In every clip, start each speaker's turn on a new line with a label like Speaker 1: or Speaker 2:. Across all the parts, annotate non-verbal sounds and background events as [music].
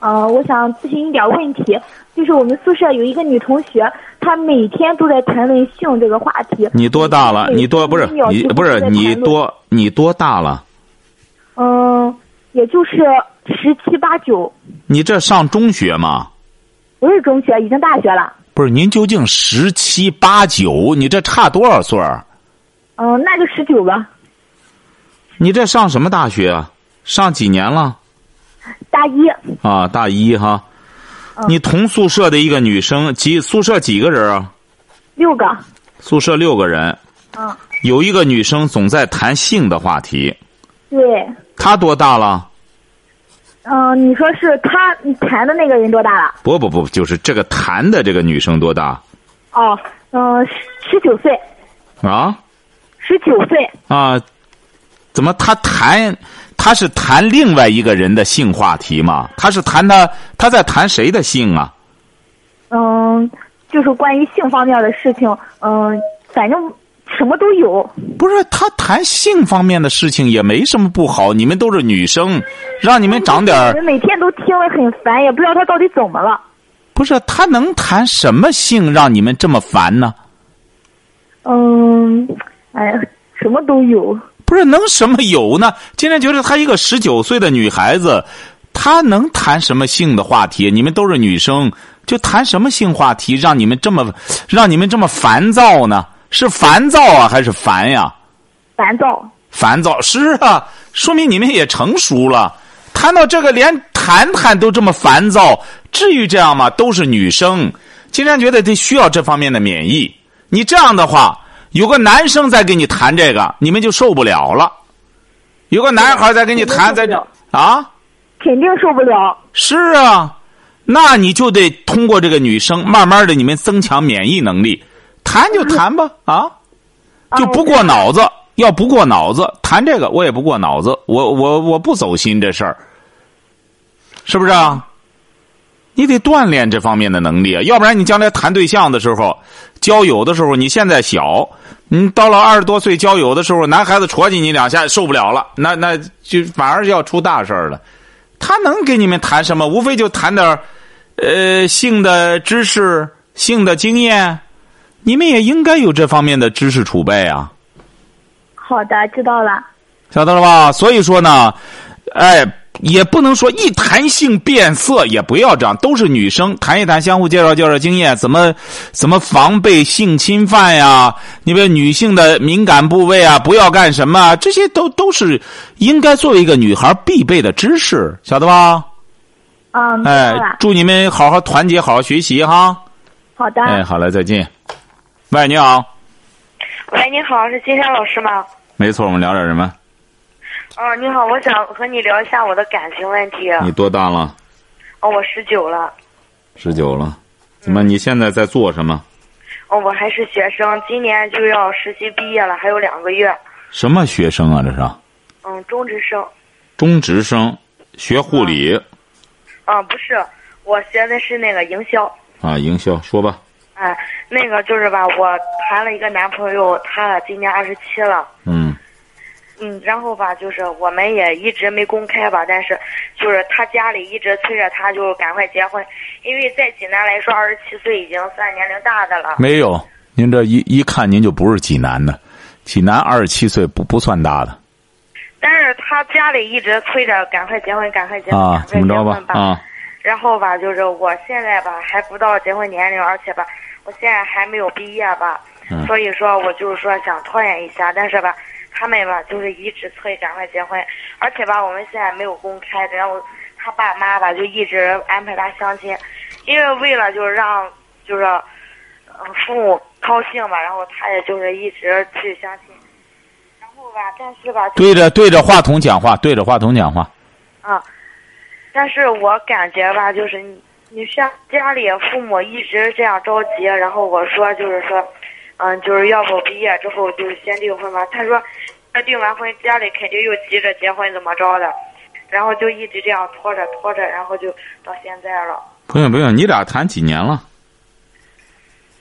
Speaker 1: 嗯、我想咨询一点问题，就是我们宿舍有一个女同学，她每天都在谈论性这个话题。
Speaker 2: 你多大
Speaker 3: 哎
Speaker 2: 了？你多不是你不是你多你多大了？
Speaker 1: 嗯，也就是十七八九，
Speaker 2: 你这上中学吗？
Speaker 1: 不是中学，已经大学了。
Speaker 2: 不是，您究竟十七八九？你这差多少岁儿？
Speaker 1: 嗯、那就十九吧，
Speaker 2: 你这上什么大学啊？上几年了？
Speaker 1: 大一。
Speaker 2: 啊，大一哈。你同宿舍的一个女生，几宿舍几个人啊？
Speaker 1: 六个，
Speaker 2: 宿舍六个人，
Speaker 1: 嗯，
Speaker 2: 有一个女生总在谈性的话题，
Speaker 1: 对，
Speaker 2: 她多大了？
Speaker 1: 嗯、你说是她你谈的那个人多大了？
Speaker 2: 不不不，就是这个谈的这个女生多大
Speaker 1: 哦，嗯、十九岁，
Speaker 2: 啊
Speaker 1: 十九岁，
Speaker 2: 啊？怎么她谈？她是谈另外一个人的性话题吗？她是谈她她在谈谁的性啊？
Speaker 1: 嗯、就是关于性方面的事情，嗯、反正什么都有。
Speaker 2: 不是，她谈性方面的事情也没什么不好，你们都是女生，让你们长点
Speaker 1: 我
Speaker 2: 儿
Speaker 1: 们每天都听了很烦，也不知道她到底怎么了。
Speaker 2: 不是，她能谈什么性让你们这么烦呢？
Speaker 1: 嗯，哎呀，什么都有。
Speaker 2: 不是能什么有呢？今天觉得她一个十九岁的女孩子，她能谈什么性的话题？你们都是女生，就谈什么性话题，让你们这么，让你们这么烦躁呢？是烦躁啊，还是烦呀？
Speaker 1: 烦躁。
Speaker 2: 烦躁是啊，说明你们也成熟了。谈到这个，连谈谈都这么烦躁，至于这样吗？都是女生，竟然觉得得需要这方面的免疫。你这样的话，有个男生再跟你谈这个，你们就受不了了。有个男孩再跟你谈，在
Speaker 1: 肯
Speaker 2: 这
Speaker 1: 定受不了
Speaker 2: 啊，
Speaker 1: 肯定受不了。
Speaker 2: 是啊，那你就得通过这个女生，慢慢的你们增强免疫能力，谈就谈吧，啊。就不
Speaker 1: 哦
Speaker 2: 过脑子，要不过脑子，谈这个我也不过脑子，我我我不走心这事儿，是不是啊？你得锻炼这方面的能力啊，要不然你将来谈对象的时候、交友的时候，你现在小，你到了二十多岁交友的时候，男孩子戳进你两下受不了了，那那就反而要出大事儿了。他能给你们谈什么？无非就谈点儿呃性的知识、性的经验，你们也应该有这方面的知识储备啊。
Speaker 1: 好的，知道了。
Speaker 2: 晓得了吧？所以说呢，哎，也不能说一谈性变色，也不要这样，都是女生谈一谈，相互介绍介绍经验，怎么怎么防备性侵犯呀、你比如女性的敏感部位啊，不要干什么啊，这些都都是应该作为一个女孩必备的知识，晓得吧？
Speaker 1: 嗯，知道
Speaker 2: 哎
Speaker 3: 啊
Speaker 1: 了。，
Speaker 2: 祝你们好好团结，好好学习哈！
Speaker 1: 好
Speaker 3: 嗯
Speaker 1: 的。
Speaker 2: 哎，好了，再见。喂，你好，
Speaker 4: 喂，你好，是金山老师吗？
Speaker 2: 没错，我们聊点什么？
Speaker 4: 啊，你好，我想和你聊一下我的感情问题。
Speaker 2: 你多大了？
Speaker 4: 哦，我十九了，
Speaker 2: 十九了。怎么？你现在在做什么？
Speaker 4: 哦，我还是学生，今年就要实习毕业了，还有两个月。
Speaker 2: 什么学生啊？这是
Speaker 4: 嗯，中职生。
Speaker 2: 中职生，学护理
Speaker 4: 啊，不是，我学的是那个营销。
Speaker 2: 啊，营销。说吧，
Speaker 4: 哎，那个就是吧，我谈了一个男朋友，他今年二十七了。
Speaker 2: 嗯，
Speaker 4: 嗯，然后吧，就是我们也一直没公开吧，但是就是他家里一直催着他，就赶快结婚，因为在济南来说，二十七岁已经算年龄大的了。
Speaker 2: 没有。您这一一看，您就不是济南的，济南二十七岁不不算大的
Speaker 4: 但是他家里一直催着赶快结婚，赶快结婚，
Speaker 2: 啊。怎
Speaker 4: 赶快
Speaker 2: 么
Speaker 4: 结
Speaker 2: 着
Speaker 4: 婚
Speaker 2: 吧？啊，
Speaker 4: 然后吧，就是我现在吧还不到结婚年龄，而且吧，我现在还没有毕业吧，
Speaker 2: 嗯
Speaker 4: 所以说我就是说想拖延一下，但是吧，他们吧就是一直催赶快结婚，而且吧我们现在没有公开，然后他爸妈吧就一直安排他相亲，因为为了就是让就是，呃父母高兴吧，然后他也就是一直去相亲，然后吧，但是吧，就
Speaker 2: 对
Speaker 4: 是
Speaker 2: 着对着话筒讲话，对着话筒讲话。
Speaker 4: 啊，但是我感觉吧，就是你你像家里父母一直这样着急，然后我说就是说，嗯，就是要不毕业之后就先订婚吧。他说，那订完婚家里肯定又急着结婚怎么着的，然后就一直这样拖着拖着，然后就到现在了，
Speaker 2: 不用不用，你俩谈几年了？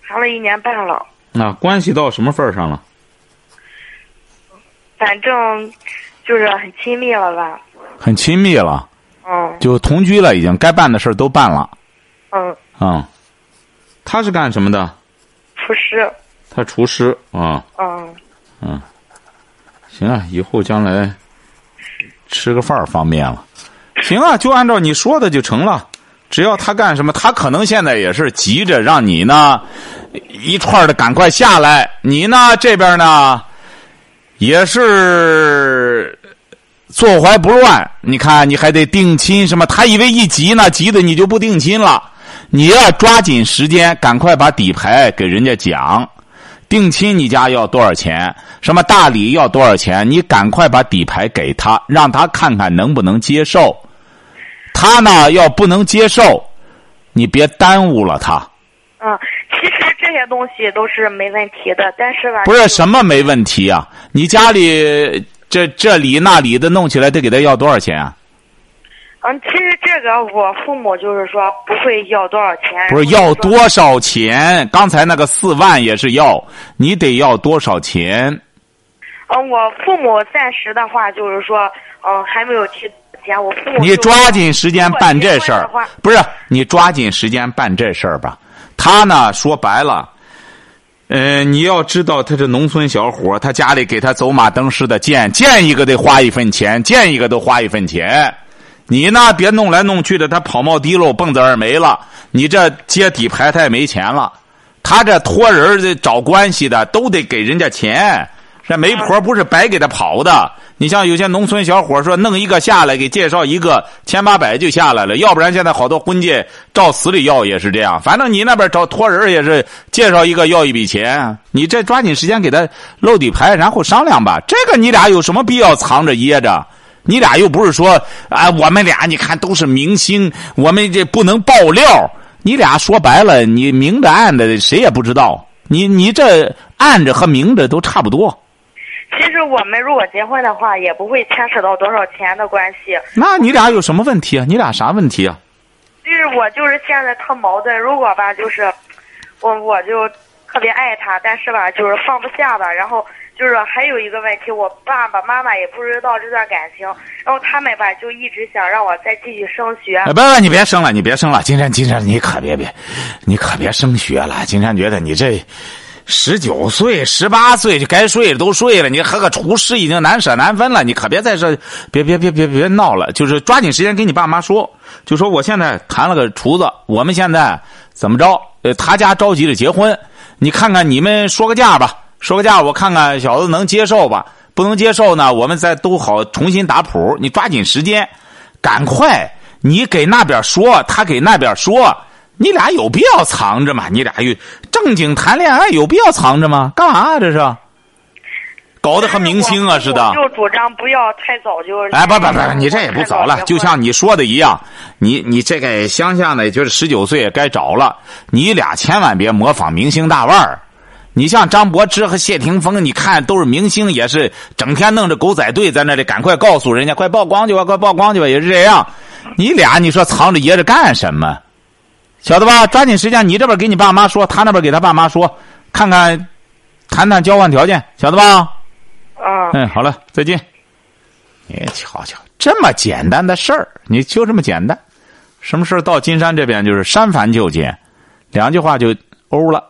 Speaker 4: 谈了一年半了。
Speaker 2: 啊，关系到什么份儿上了？
Speaker 4: 反正就是很亲密了吧？
Speaker 2: 很亲密了，
Speaker 4: 嗯
Speaker 2: 就同居了，已经该办的事儿都办了。
Speaker 4: 嗯，
Speaker 2: 嗯，他是干什么的？
Speaker 4: 厨师，
Speaker 2: 他厨师啊、
Speaker 4: 嗯，
Speaker 2: 行啊，以后将来吃个饭儿方便了。行啊，就按照你说的就成了。只要他干什么，他可能现在也是急着让你呢一串的赶快下来。你呢这边呢也是坐怀不乱。你看，你还得定亲什么？他以为一急呢，急的你就不定亲了。你要抓紧时间，赶快把底牌给人家讲。定亲你家要多少钱？什么大礼要多少钱？你赶快把底牌给他，让他看看能不能接受。他呢，要不能接受，你别耽误了他。
Speaker 4: 嗯，其实这些东西都是没问题的，但是吧，
Speaker 2: 不是什么没问题啊，你家里这这里那里的弄起来得给他要多少钱啊？
Speaker 4: 嗯，其实这个我父母就是说不会要多少钱，
Speaker 2: 不是
Speaker 4: 然后
Speaker 2: 要
Speaker 4: 哎就说
Speaker 2: 多少钱？刚才那个四万也是要，你得要多少钱？
Speaker 4: 嗯，我父母暂时的话就是说，嗯，还没有提钱，我父
Speaker 2: [laughs]
Speaker 4: 母
Speaker 2: 你
Speaker 4: 就
Speaker 2: 抓紧时间办这事
Speaker 4: 如
Speaker 2: 儿
Speaker 4: 果结婚的话，
Speaker 2: 不是你抓紧时间办这事儿吧？他呢，说白了，呃，你要知道他是农村小伙儿，他家里给他走马灯似的见，见一个得花一份钱，见一个都花一份钱。你呢，别弄来弄去的，他跑冒滴漏，蹦子儿没了，你这接底牌太没钱了。他这托人儿这找关系的，都得给人家钱。这媒婆不是白给他跑的。你像有些农村小伙说，弄一个下来给介绍一个，千八百就下来了。要不然现在好多婚介照死里要也是这样。反正你那边找托人儿也是介绍一个要一笔钱，你这抓紧时间给他露底牌，然后商量吧。这个你俩有什么必要藏着掖着？你俩又不是说啊，我们俩你看都是明星，我们这不能爆料。你俩说白了，你明着暗着谁也不知道。你你这暗着和明着都差不多。
Speaker 4: 其实我们如果结婚的话，也不会牵扯到多少钱的关系。
Speaker 2: 那你俩有什么问题啊？你俩啥问题啊？
Speaker 4: 就是我就是现在特矛盾，如果吧，就是我我就特别爱他，但是吧，就是放不下吧。然后就是还有一个问题，我爸爸妈妈也不知道这段感情，然后他们吧就一直想让我再继续升学。
Speaker 2: 哎，别别，你别生了，你别生了。金山，金山，你可别别，你可别升学了。金山觉得你这十九岁、十八岁就该睡的都睡了，你和个厨师已经难舍难分了。你可别再说，别别别别别闹了，就是抓紧时间跟你爸妈说，就说我现在谈了个厨子，我们现在怎么着？呃，他家着急着结婚，你看看你们说个价吧，说个价，我看看小子能接受吧，不能接受呢，我们再都好重新打谱。你抓紧时间。赶快，你给那边说，他给那边说，你俩有必要藏着吗？你俩有正经谈恋爱有必要藏着吗？干嘛啊？这是搞得和明星啊似的
Speaker 4: 我。就主张不要太早就。
Speaker 2: 哎，不不不，你这也不早了，就像你说的一样，你你这个乡下呢，也就是十九岁也该找了，你俩千万别模仿明星大腕儿。你像张柏芝和谢霆锋，你看都是明星，也是整天弄着狗仔队在那里，赶快告诉人家，快曝光去吧，快曝光去吧，也是这样。你俩你说藏着掖着干什么？晓得吧？抓紧时间，你这边给你爸妈说，他那边给他爸妈说，看看，谈谈交换条件，晓得吧？
Speaker 4: 嗯，
Speaker 2: 嗯，好了，再见。你瞧瞧，这么简单的事儿，你就这么简单，什么事儿到金山这边就是删繁就简，两句话就欧了。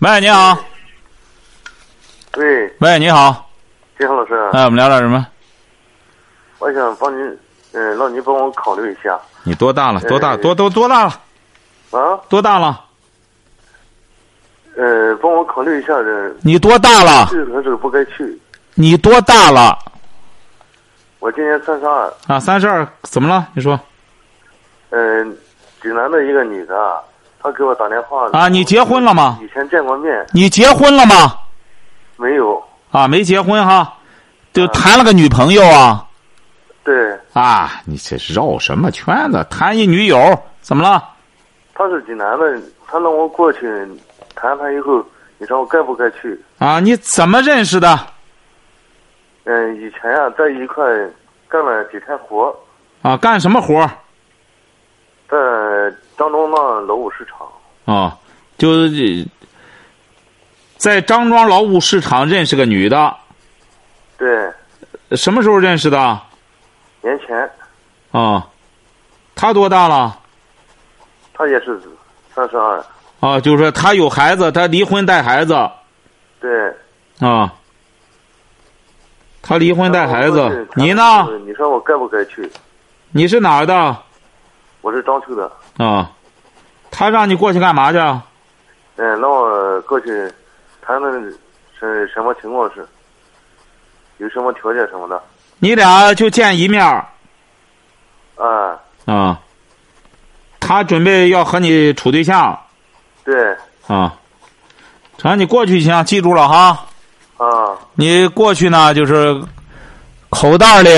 Speaker 2: 喂，你好，
Speaker 5: 对，
Speaker 2: 喂，你好，
Speaker 5: 金浩老师，啊
Speaker 2: 哎，我们聊点什么？
Speaker 5: 我想帮您，嗯、让您帮我考虑一下
Speaker 2: 你多大了？多大？
Speaker 5: 呃
Speaker 2: 多多多大了？
Speaker 5: 啊，
Speaker 2: 多大了？
Speaker 5: 呃，帮我考虑一下这
Speaker 2: 你多大了？
Speaker 5: 去还是不该去。
Speaker 2: 你多大了？
Speaker 5: 我今年三十二，
Speaker 2: 啊，三十二，怎么了？你说
Speaker 5: 嗯，济南的一个女的，啊她给我打电话
Speaker 2: 啊？你结婚了吗？
Speaker 5: 以前见过面
Speaker 2: 你结婚了吗？
Speaker 5: 没有？
Speaker 2: 啊，没结婚哈，就谈了个女朋友啊？
Speaker 5: 对，对，
Speaker 2: 啊，你这绕什么圈子？谈一女友怎么了？
Speaker 5: 他是济南的，他让我过去谈谈以后，你说我该不该去？
Speaker 2: 啊，你怎么认识的？
Speaker 5: 嗯，以前啊，在一块干了几天活，
Speaker 2: 啊，干什么活儿？
Speaker 5: 在张庄那劳务市场。
Speaker 2: 啊，就是在张庄劳务市场认识个女的，
Speaker 5: 对，
Speaker 2: 什么时候认识的？
Speaker 5: 年前
Speaker 2: 啊，她多大了？
Speaker 5: 他也是三十二，
Speaker 2: 啊，就是说她有孩子，她离婚带孩子
Speaker 5: 对。
Speaker 2: 啊。她离婚带孩
Speaker 5: 让我过去，
Speaker 2: 子
Speaker 5: 谈
Speaker 2: 你呢？
Speaker 5: 谈以后你说我该不该去？
Speaker 2: 你是哪儿的？
Speaker 5: 我是章丘的，
Speaker 2: 啊，她让你过去干嘛去？
Speaker 5: 嗯，让我过去谈谈是什么情况是，有什么条件什么的
Speaker 2: 你俩就见一面儿
Speaker 5: 啊？
Speaker 2: 啊。她准备要和你处对象
Speaker 5: 对
Speaker 2: 啊。成，你过去行，记住了哈。
Speaker 5: 啊，
Speaker 2: 你过去呢，就是口袋里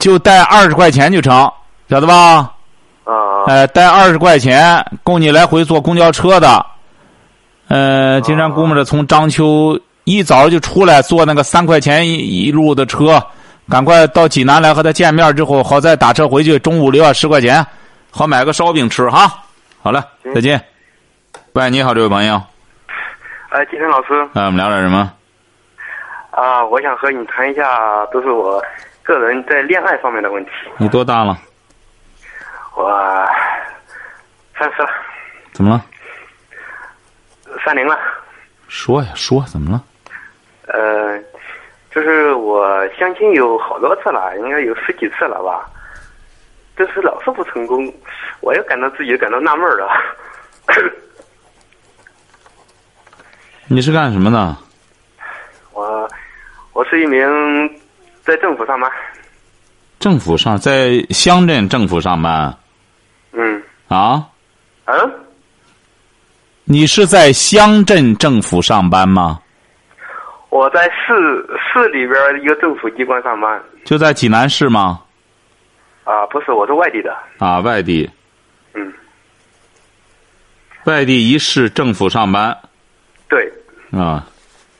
Speaker 2: 就带二十块钱就成，晓得吧？
Speaker 5: 啊啊
Speaker 2: 呃，带二十块钱供你来回坐公交车的。呃，金山估摸着从章丘一早就出来，坐那个三块钱一一路的车，赶快到济南来和他见面之后，好再打车回去，中午留下十块钱，好买个烧饼吃哈。好了，
Speaker 5: 行
Speaker 2: 再见。喂，你好，这位朋友，
Speaker 6: 哎，金晨老师
Speaker 2: 呃，我们聊点什么？
Speaker 6: 啊，我想和你谈一下，都是我个人在恋爱方面的问题。
Speaker 2: 你多大了？
Speaker 6: 我三十了，
Speaker 2: 怎么了？
Speaker 6: 三零了，
Speaker 2: 说呀，说怎么了？
Speaker 6: 呃，就是我相亲有好多次了，应该有十几次了吧，但是老是不成功，我也感到自己感到纳闷儿啊了。
Speaker 2: 你是干什么的？
Speaker 6: [coughs] 我我是一名在政府上班，
Speaker 2: 政府上在乡镇政府上班
Speaker 6: 嗯
Speaker 2: 啊？
Speaker 6: 嗯，
Speaker 2: 你是在乡镇政府上班吗？
Speaker 6: 我在市市里边儿一个政府机关上班
Speaker 2: 就在济南市吗？
Speaker 6: 啊，不是，我是外地的，
Speaker 2: 啊，外地，
Speaker 6: 嗯，
Speaker 2: 外地一市政府上班
Speaker 6: 对。
Speaker 2: 啊？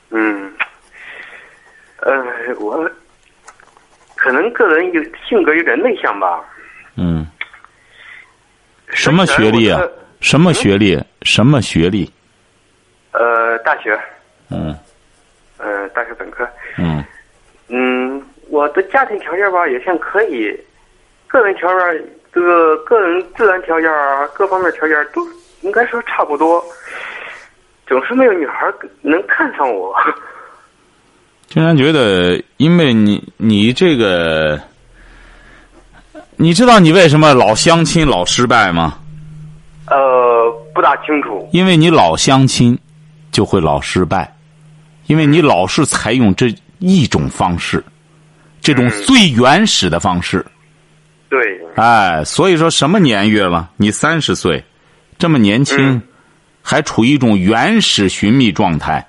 Speaker 6: 嗯，呃，我可能个人有性格有点内向吧。
Speaker 2: 嗯，什么学历啊
Speaker 6: 我是？
Speaker 2: 什么学历？什么学历？
Speaker 6: 呃，大学，
Speaker 2: 嗯
Speaker 6: 呃，大学本科。
Speaker 2: 嗯
Speaker 6: 嗯，我的家庭条件吧也算可以，个人条件这个个人自然条件啊，各方面条件都应该说差不多，总是没有女孩能看上我。 [laughs]
Speaker 2: 竟然觉得，因为你你这个，你知道你为什么老相亲老失败吗？
Speaker 6: 呃，不大清楚。
Speaker 2: 因为你老相亲，就会老失败，因为你老是采用这一种方式，这种最原始的方式。
Speaker 6: 对，
Speaker 2: 哎，所以说什么年月了？你三十岁，这么年轻，
Speaker 6: 嗯
Speaker 2: 还处于一种原始寻觅状态，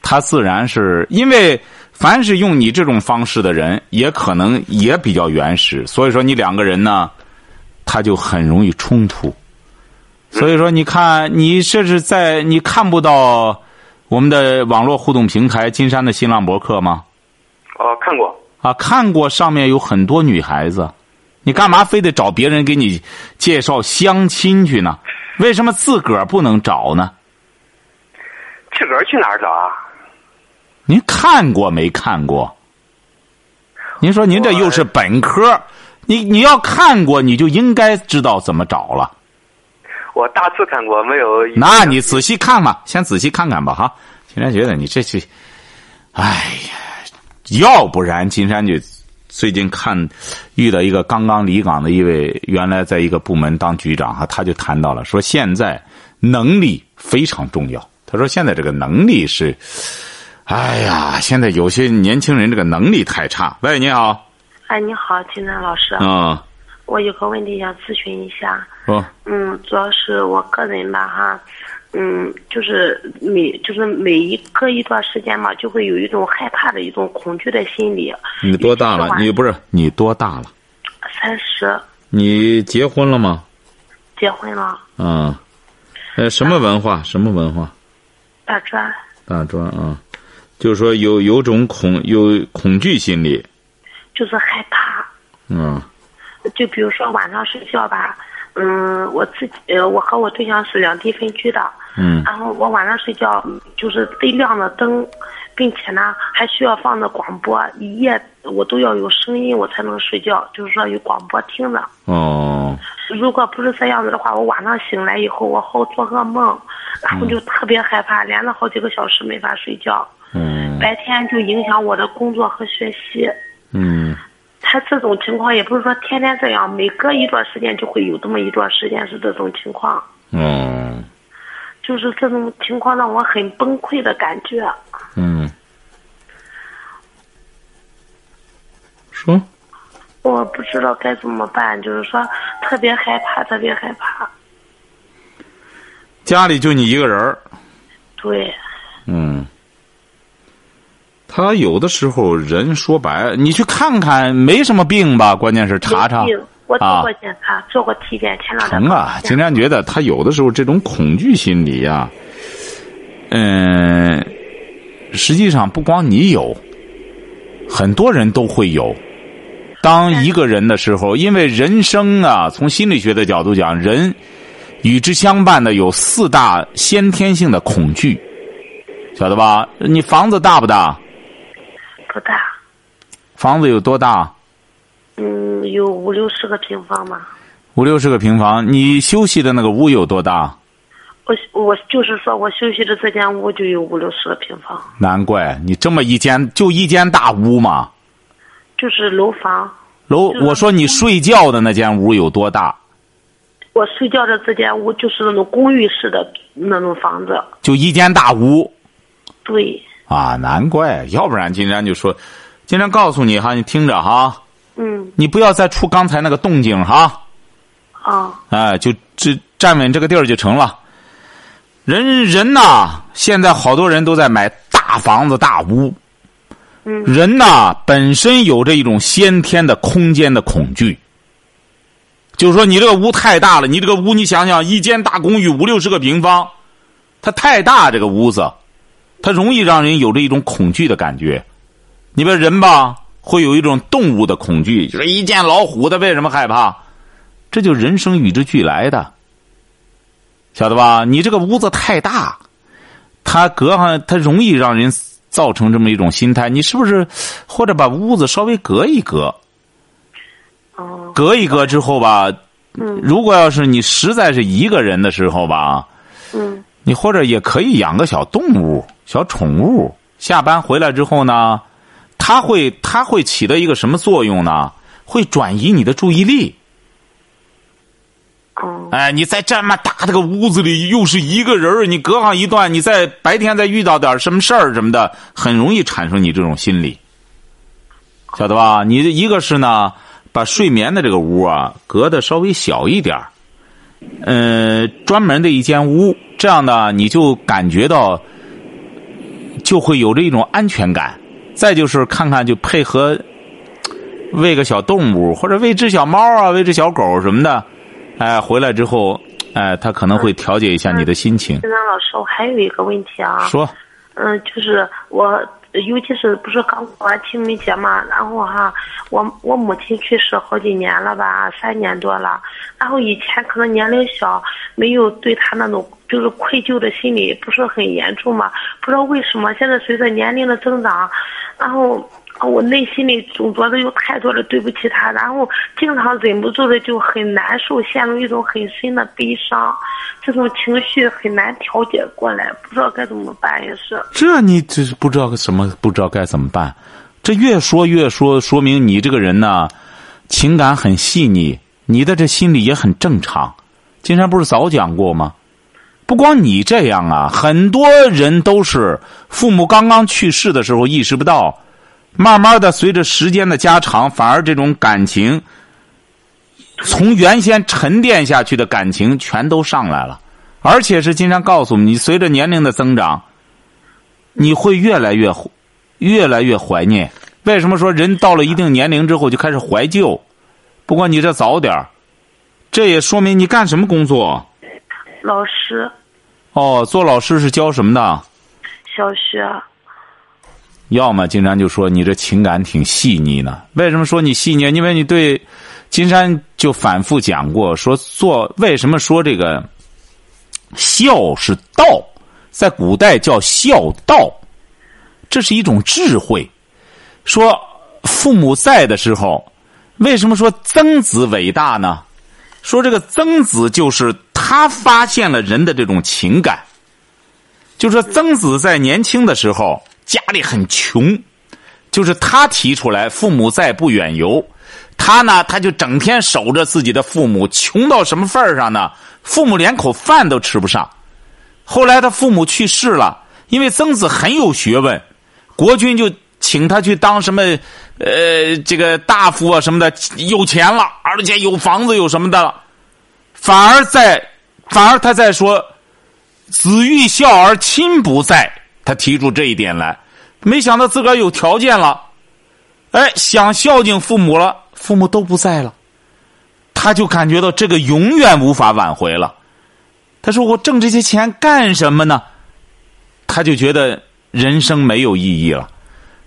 Speaker 2: 他自然是因为凡是用你这种方式的人，也可能也比较原始，所以说你两个人呢，他就很容易冲突。所以说，你看，你这是在你看不到我们的网络互动平台金山的新浪博客吗？
Speaker 6: 哦、看过。
Speaker 2: 啊，看过上面有很多女孩子，你干嘛非得找别人给你介绍相亲去呢？为什么自个儿不能找呢？
Speaker 6: 自个儿去哪儿找啊？
Speaker 2: 您看过没看过？您说您这又是本科，你你要看过，你就应该知道怎么找了。
Speaker 6: 我大致看过，没有。
Speaker 2: 那你仔细看吧，先仔细看看吧，哈。金山觉得你这这，哎呀，要不然金山就最近看遇到一个刚刚离岗的一位，原来在一个部门当局长哈，他就谈到了说现在能力非常重要。他说现在这个能力是，哎呀，现在有些年轻人这个能力太差。喂，你好，
Speaker 4: 哎，你好，金山老师，
Speaker 2: 嗯，
Speaker 7: 我有个问题想咨询一下。
Speaker 2: 说
Speaker 7: 嗯，主要是我个人吧哈，嗯，就是每就是每一隔一段时间嘛，就会有一种害怕的一种恐惧的心理。
Speaker 2: 你多大了？你不是你多大了？
Speaker 7: 三十，
Speaker 2: 你结婚了吗？
Speaker 7: 结婚了，
Speaker 2: 啊，呃，什么文化？什么文化？
Speaker 7: 大专。
Speaker 2: 大专啊，就是说有有种恐有恐惧心理，
Speaker 7: 就是害怕。
Speaker 2: 嗯
Speaker 7: 就比如说晚上睡觉吧，嗯，我自己呃，我和我对象是两地分居的，
Speaker 2: 嗯
Speaker 7: 然后我晚上睡觉嗯就是得亮着灯，并且呢还需要放着广播，一夜我都要有声音我才能睡觉，就是说有广播听着。
Speaker 2: 哦
Speaker 7: 如果不是这样子的话，我晚上醒来以后，我好做噩梦，然后就特别害怕，连着好几个小时没法睡觉，
Speaker 2: 嗯
Speaker 7: 白天就影响我的工作和学习。
Speaker 2: 嗯
Speaker 7: 他这种情况也不是说天天这样，每隔一段时间就会有这么一段时间是这种情况，
Speaker 2: 哦
Speaker 7: 就是这种情况让我很崩溃的感觉。
Speaker 2: 嗯，说
Speaker 7: 我不知道该怎么办，就是说特别害怕，特别害怕。
Speaker 2: 家里就你一个人儿，
Speaker 7: 对，
Speaker 2: 嗯，他有的时候人说白了，你去看看没什么病吧，关键是查查
Speaker 7: 没病我做
Speaker 2: 啊
Speaker 7: 过检查，做过体检，前两天
Speaker 2: 成啊！
Speaker 7: 做
Speaker 2: 金山觉得他有的时候这种恐惧心理啊，嗯、实际上不光你有，很多人都会有。当一个人的时候，因为人生啊，从心理学的角度讲，人与之相伴的有四大先天性的恐惧，晓得吧？你房子大不大？
Speaker 7: 不大，
Speaker 2: 房子有多大？
Speaker 7: 嗯，有五六十个平方嘛。
Speaker 2: 五六十个平方。你休息的那个屋有多大？
Speaker 7: 我我就是说我休息的这间屋就有五六十个平方，
Speaker 2: 难怪你这么一间就一间大屋嘛。
Speaker 7: 就是楼房。
Speaker 2: 楼，
Speaker 7: 就是
Speaker 2: 我说你睡觉的那间屋有多大？
Speaker 7: 我睡觉的这间屋就是那种公寓式的那种房子，
Speaker 2: 就一间大屋
Speaker 7: 对，
Speaker 2: 啊，难怪，要不然金山就说，金山告诉你哈，你听着哈，
Speaker 7: 嗯，
Speaker 2: 你不要再出刚才那个动静哈，
Speaker 7: 啊，
Speaker 2: 哎，就这站稳这个地儿就成了。人人呐，现在好多人都在买大房子、大屋。
Speaker 7: 嗯
Speaker 2: 人呐，本身有着一种先天的空间的恐惧，就是说你这个屋太大了，你这个屋你想想，一间大公寓五六十个平方，它太大这个屋子，它容易让人有着一种恐惧的感觉。你们人吧，会有一种动物的恐惧，就是一见老虎，他为什么害怕？这就人生与之俱来的，晓得吧？你这个屋子太大，它隔上它容易让人造成这么一种心态。你是不是或者把屋子稍微隔一隔？
Speaker 7: 哦，
Speaker 2: 隔一隔之后吧，
Speaker 7: 嗯
Speaker 2: 如果要是你实在是一个人的时候吧，
Speaker 7: 嗯
Speaker 2: 你或者也可以养个小动物、小宠物。下班回来之后呢，它会它会起到一个什么作用呢？会转移你的注意力。
Speaker 7: 哦，
Speaker 2: 哎，你在这么大这个屋子里，又是一个人儿你隔上一段，你在白天再遇到点什么事儿什么的，很容易产生你这种心理，晓得吧？你一个是呢，把睡眠的这个屋啊隔的稍微小一点儿呃，专门的一间屋，这样呢，你就感觉到就会有着一种安全感。再就是看看，就配合喂个小动物，或者喂只小猫啊，喂只小狗什么的，哎，回来之后，哎，它可能会调节一下你的心情。
Speaker 7: 金山老师，我还有一个问题啊，
Speaker 2: 说，
Speaker 7: 嗯，就是我，尤其是不是刚过完清明节嘛，然后哈、我我母亲去世好几年了吧，三年多了，然后以前可能年龄小，没有对她那种就是愧疚的心理不是很严重嘛，不知道为什么现在随着年龄的增长，然后。我内心里总觉得有太多的对不起她，然后经常忍不住的就很难受，陷入一种很深的悲伤，这种情绪很难调节过来，不知道该怎么办，也是。
Speaker 2: 这你这是不知道个什么，不知道该怎么办。这越说越说，说明你这个人呢，情感很细腻，你的这心理也很正常。金山不是早讲过吗？不光你这样啊，很多人都是父母刚刚去世的时候意识不到，慢慢的随着时间的加长，反而这种感情从原先沉淀下去的感情全都上来了，而且是金山告诉你，随着年龄的增长，你会越来越怀越来越怀念。为什么说人到了一定年龄之后就开始怀旧？不过你这早点儿这也说明你干什么工作？
Speaker 4: 老师，
Speaker 2: 哦，做老师是教什么的？
Speaker 4: 小学，
Speaker 2: 要么金山就说你这情感挺细腻呢。为什么说你细腻？因为你对金山就反复讲过，说做为什么说这个孝是道，在古代叫孝道，这是一种智慧。说父母在的时候，为什么说曾子伟大呢？说这个曾子就是他发现了人的这种情感。就说曾子在年轻的时候家里很穷，就是他提出来“父母在，不远游”。他呢，他就整天守着自己的父母，穷到什么份儿上呢？父母连口饭都吃不上。后来他父母去世了，因为曾子很有学问，国君就请他去当什么呃这个大夫啊什么的，有钱了，而且有房子有什么的了，反而在反而他在说子欲孝而亲不在，他提出这一点来，没想到自个儿有条件了，哎，想孝敬父母了，父母都不在了，他就感觉到这个永远无法挽回了。他说：“我挣这些钱干什么呢？”他就觉得人生没有意义了。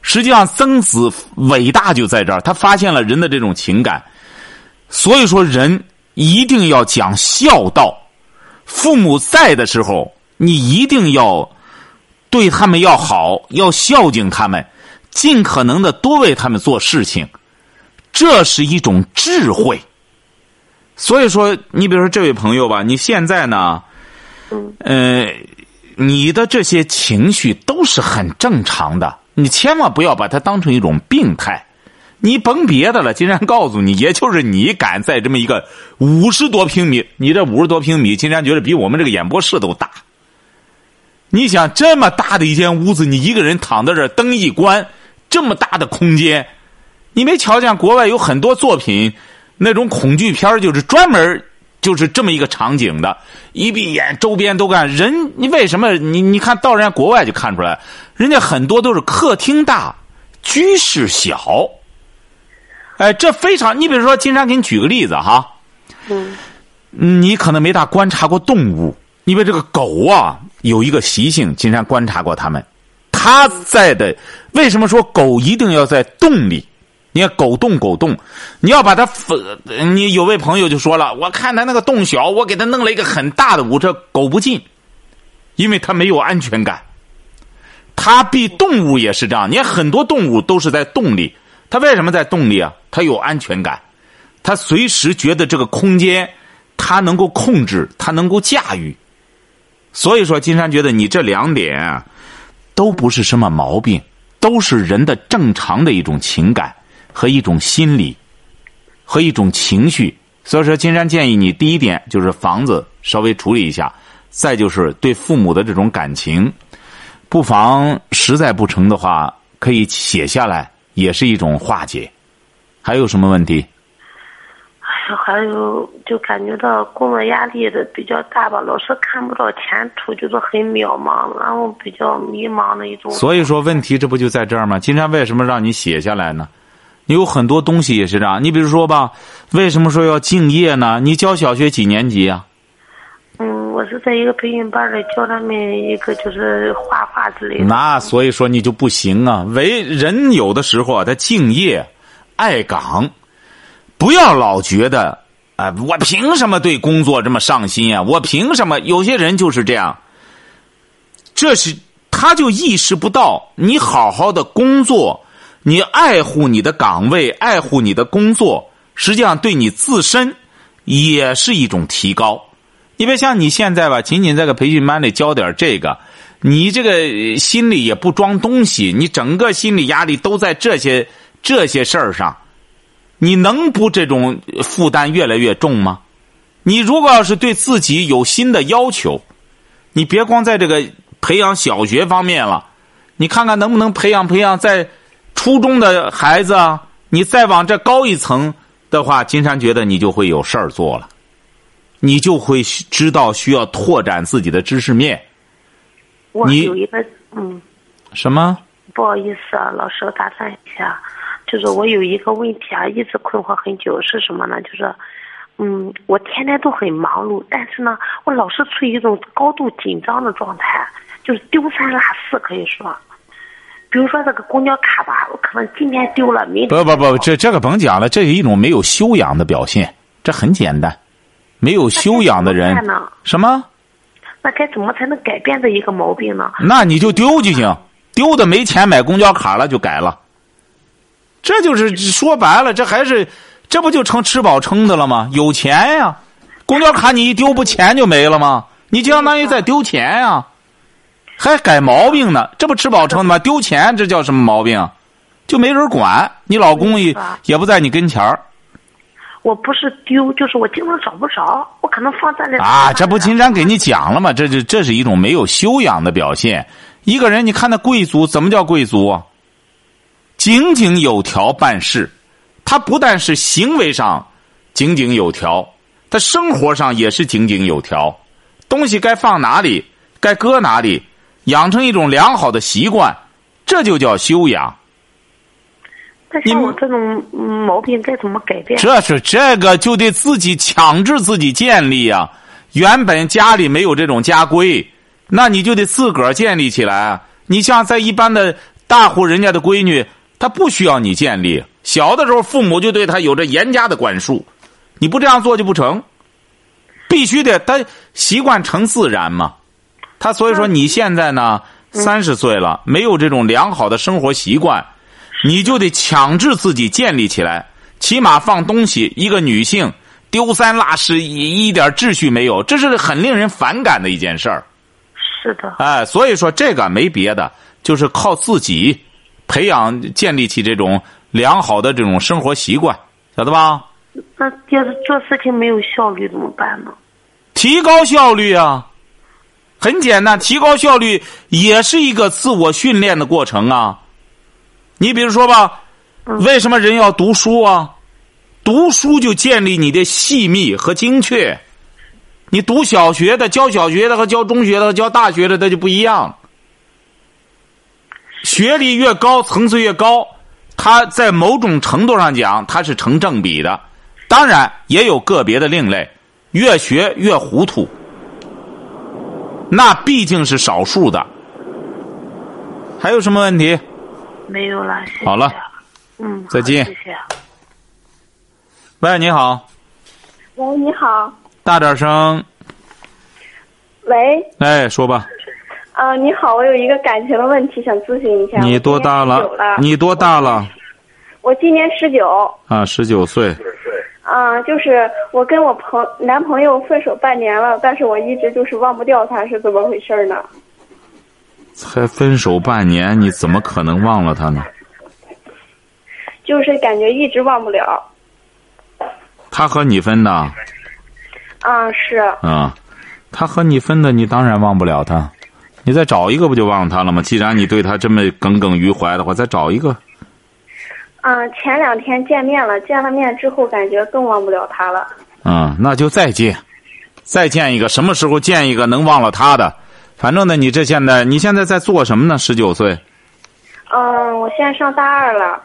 Speaker 2: 实际上，曾子伟大就在这儿，他发现了人的这种情感。所以说，人一定要讲孝道。父母在的时候，你一定要对他们要好，要孝敬他们，尽可能的多为他们做事情，这是一种智慧。所以说，你比如说这位朋友吧，你现在呢，呃，你的这些情绪都是很正常的，你千万不要把它当成一种病态。你甭别的了，金山告诉你，也就是你敢在这么一个五十多平米，你这五十多平米，金山觉得比我们这个演播室都大。你想这么大的一间屋子，你一个人躺在这儿，灯一关，这么大的空间，你没瞧见国外有很多作品，那种恐惧片儿就是专门就是这么一个场景的，一闭眼周边都干人，你为什么你你看到人家国外就看出来，人家很多都是客厅大，居室小。 [laughs] 哎，这非常，你比如说，金山给你举个例子哈，嗯，你可能没大观察过动物，因为这个狗啊有一个习性，金山观察过它们，它在的为什么说狗一定要在洞里？你看狗洞狗洞，你要把它分，你有位朋友就说了，我看它那个洞小，我给它弄了一个很大的屋，这狗不进，因为它没有安全感。它比动物也是这样，你看很多动物都是在洞里，它为什么在洞里啊？它有安全感，它随时觉得这个空间它能够控制，它能够驾驭。所以说，金山觉得你这两点啊都不是什么毛病，都是人的正常的一种情感和一种心理和一种情绪。所以说，金山建议你第一点就是房子稍微处理一下，再就是对父母的这种感情，不妨实在不成的话，可以写下来，也是一种化解。还有什么问题？
Speaker 4: 哎呀，还有就感觉到工作压力的比较大吧，老是看不到前途，觉得很渺茫，然后比较迷茫的一种。
Speaker 2: 所以说，问题这不就在这儿吗？金山为什么让你写下来呢？你有很多东西也是这样。你比如说吧，为什么说要敬业呢？你教小学几年级啊？
Speaker 4: 嗯，我是在一个培训班里教他们一个就是画画之类的。
Speaker 2: 那所以说你就不行啊！为人有的时候啊，他敬业、爱岗，不要老觉得啊、我凭什么对工作这么上心啊？我凭什么？有些人就是这样，这是他就意识不到，你好好的工作，你爱护你的岗位，爱护你的工作，实际上对你自身也是一种提高。因为像你现在吧，仅仅在个培训班里教点这个，你这个呃心里也不装东西，你整个心理压力都在这些这些事儿上，你能不这种呃负担越来越重吗？你如果要是对自己有新的要求，你别光在这个培养小学方面了，你看看能不能培养培养在初中的孩子啊，你再往这高一层的话，金山觉得你就会有事儿做了，你就会需知道需要拓展自己的知识面。
Speaker 7: 我
Speaker 2: 你
Speaker 7: 有一个嗯，
Speaker 2: 什么？
Speaker 7: 不好意思啊，老师，我打断一下，就是我有一个问题啊，一直困惑很久，是什么呢？就是，嗯，我天天都很忙碌，但是呢，我老是处于一种高度紧张的状态，就是丢三落四，可以说。比如说这个公交卡吧，我可能今天丢了，明
Speaker 2: 不
Speaker 7: 天
Speaker 2: 不不，
Speaker 7: 丢
Speaker 2: 这这个甭讲了，这是一种没有修养的表现，这很简单。没有修养的人
Speaker 7: 那该怎么办呢，
Speaker 2: 什么？
Speaker 7: 那该怎么才能改变这一个毛病呢？
Speaker 2: 那你就丢就行，丢的没钱买公交卡了就改了。这就是说白了，这还是这不就成吃饱撑的了吗？有钱呀，公交卡你一丢不钱就没了吗？你就相当于在丢钱呀，还改毛病呢？这不吃饱撑的吗？丢钱这叫什么毛病？啊就没人管，你老公也也不在你跟前儿
Speaker 7: 我不是丢，就是我经常找不着，我可能放在那
Speaker 2: 啊！这不金山给你讲了吗？这这这是一种没有修养的表现。一个人，你看那贵族怎么叫贵族啊？井井有条办事，他不但是行为上井井有条，他生活上也是井井有条。东西该放哪里，该搁哪里，养成一种良好的习惯，这就叫修养。
Speaker 7: 但
Speaker 2: 你
Speaker 7: 像我这种嗯毛病该怎么改变？
Speaker 2: 这是这个就得自己强制自己建立啊。原本家里没有这种家规，那你就得自个儿建立起来啊。你像在一般的大户人家的闺女，她不需要你建立。小的时候，父母就对她有着严加的管束，你不这样做就不成。必须得，她习惯成自然嘛。她所以说，你现在呢，三十岁了，没有这种良好的生活习惯，你就得强制自己建立起来。起码放东西，一个女性丢三落四，一一点秩序没有，这是很令人反感的一件事儿。
Speaker 7: 是的，
Speaker 2: 哎，所以说这个没别的，就是靠自己培养、建立起这种良好的这种生活习惯，晓得吧？
Speaker 7: 那要是做事情没有效率怎么办呢？
Speaker 2: 提高效率啊，很简单，提高效率也是一个自我训练的过程啊。你比如说吧，为什么人要读书啊？读书就建立你的细密和精确。你读小学的、教小学的和教中学的、和教大学的，它就不一样。学历越高，层次越高，它在某种程度上讲，它是成正比的。当然，也有个别的另类，越学越糊涂，那毕竟是少数的。还有什么问题？
Speaker 7: 没有了，谢谢。啊
Speaker 2: 好了，
Speaker 7: 嗯，好
Speaker 2: 再见
Speaker 7: 谢谢。
Speaker 2: 喂，你好，
Speaker 1: 喂，你好，
Speaker 2: 大点声，
Speaker 1: 喂，
Speaker 2: 哎，说吧，
Speaker 1: 呃，你好，我有一个感情的问题想咨询一下。
Speaker 2: 你多大
Speaker 1: 我今年19了？
Speaker 2: 你多大了？
Speaker 1: 我今年十九，
Speaker 2: 啊，十九岁。
Speaker 1: 嗯，就是我跟我朋男朋友分手半年了，但是我一直就是忘不掉他，是怎么回事儿呢？
Speaker 2: 才分手半年，你怎么可能忘了他呢？
Speaker 1: 就是感觉一直忘不了。
Speaker 2: 他和你分的
Speaker 1: 啊，是
Speaker 2: 啊，他和你分的，你当然忘不了他。你再找一个不就忘他了吗？既然你对他这么耿耿于怀的话，再找一个。
Speaker 1: 嗯，前两天见面了，见了面之后感觉更忘不了他了。
Speaker 2: 嗯，那就再见，再见一个，什么时候见一个能忘了他的？反正呢，你这现在，你现在在做什么呢？十九岁，
Speaker 1: 嗯，我现在上大二了，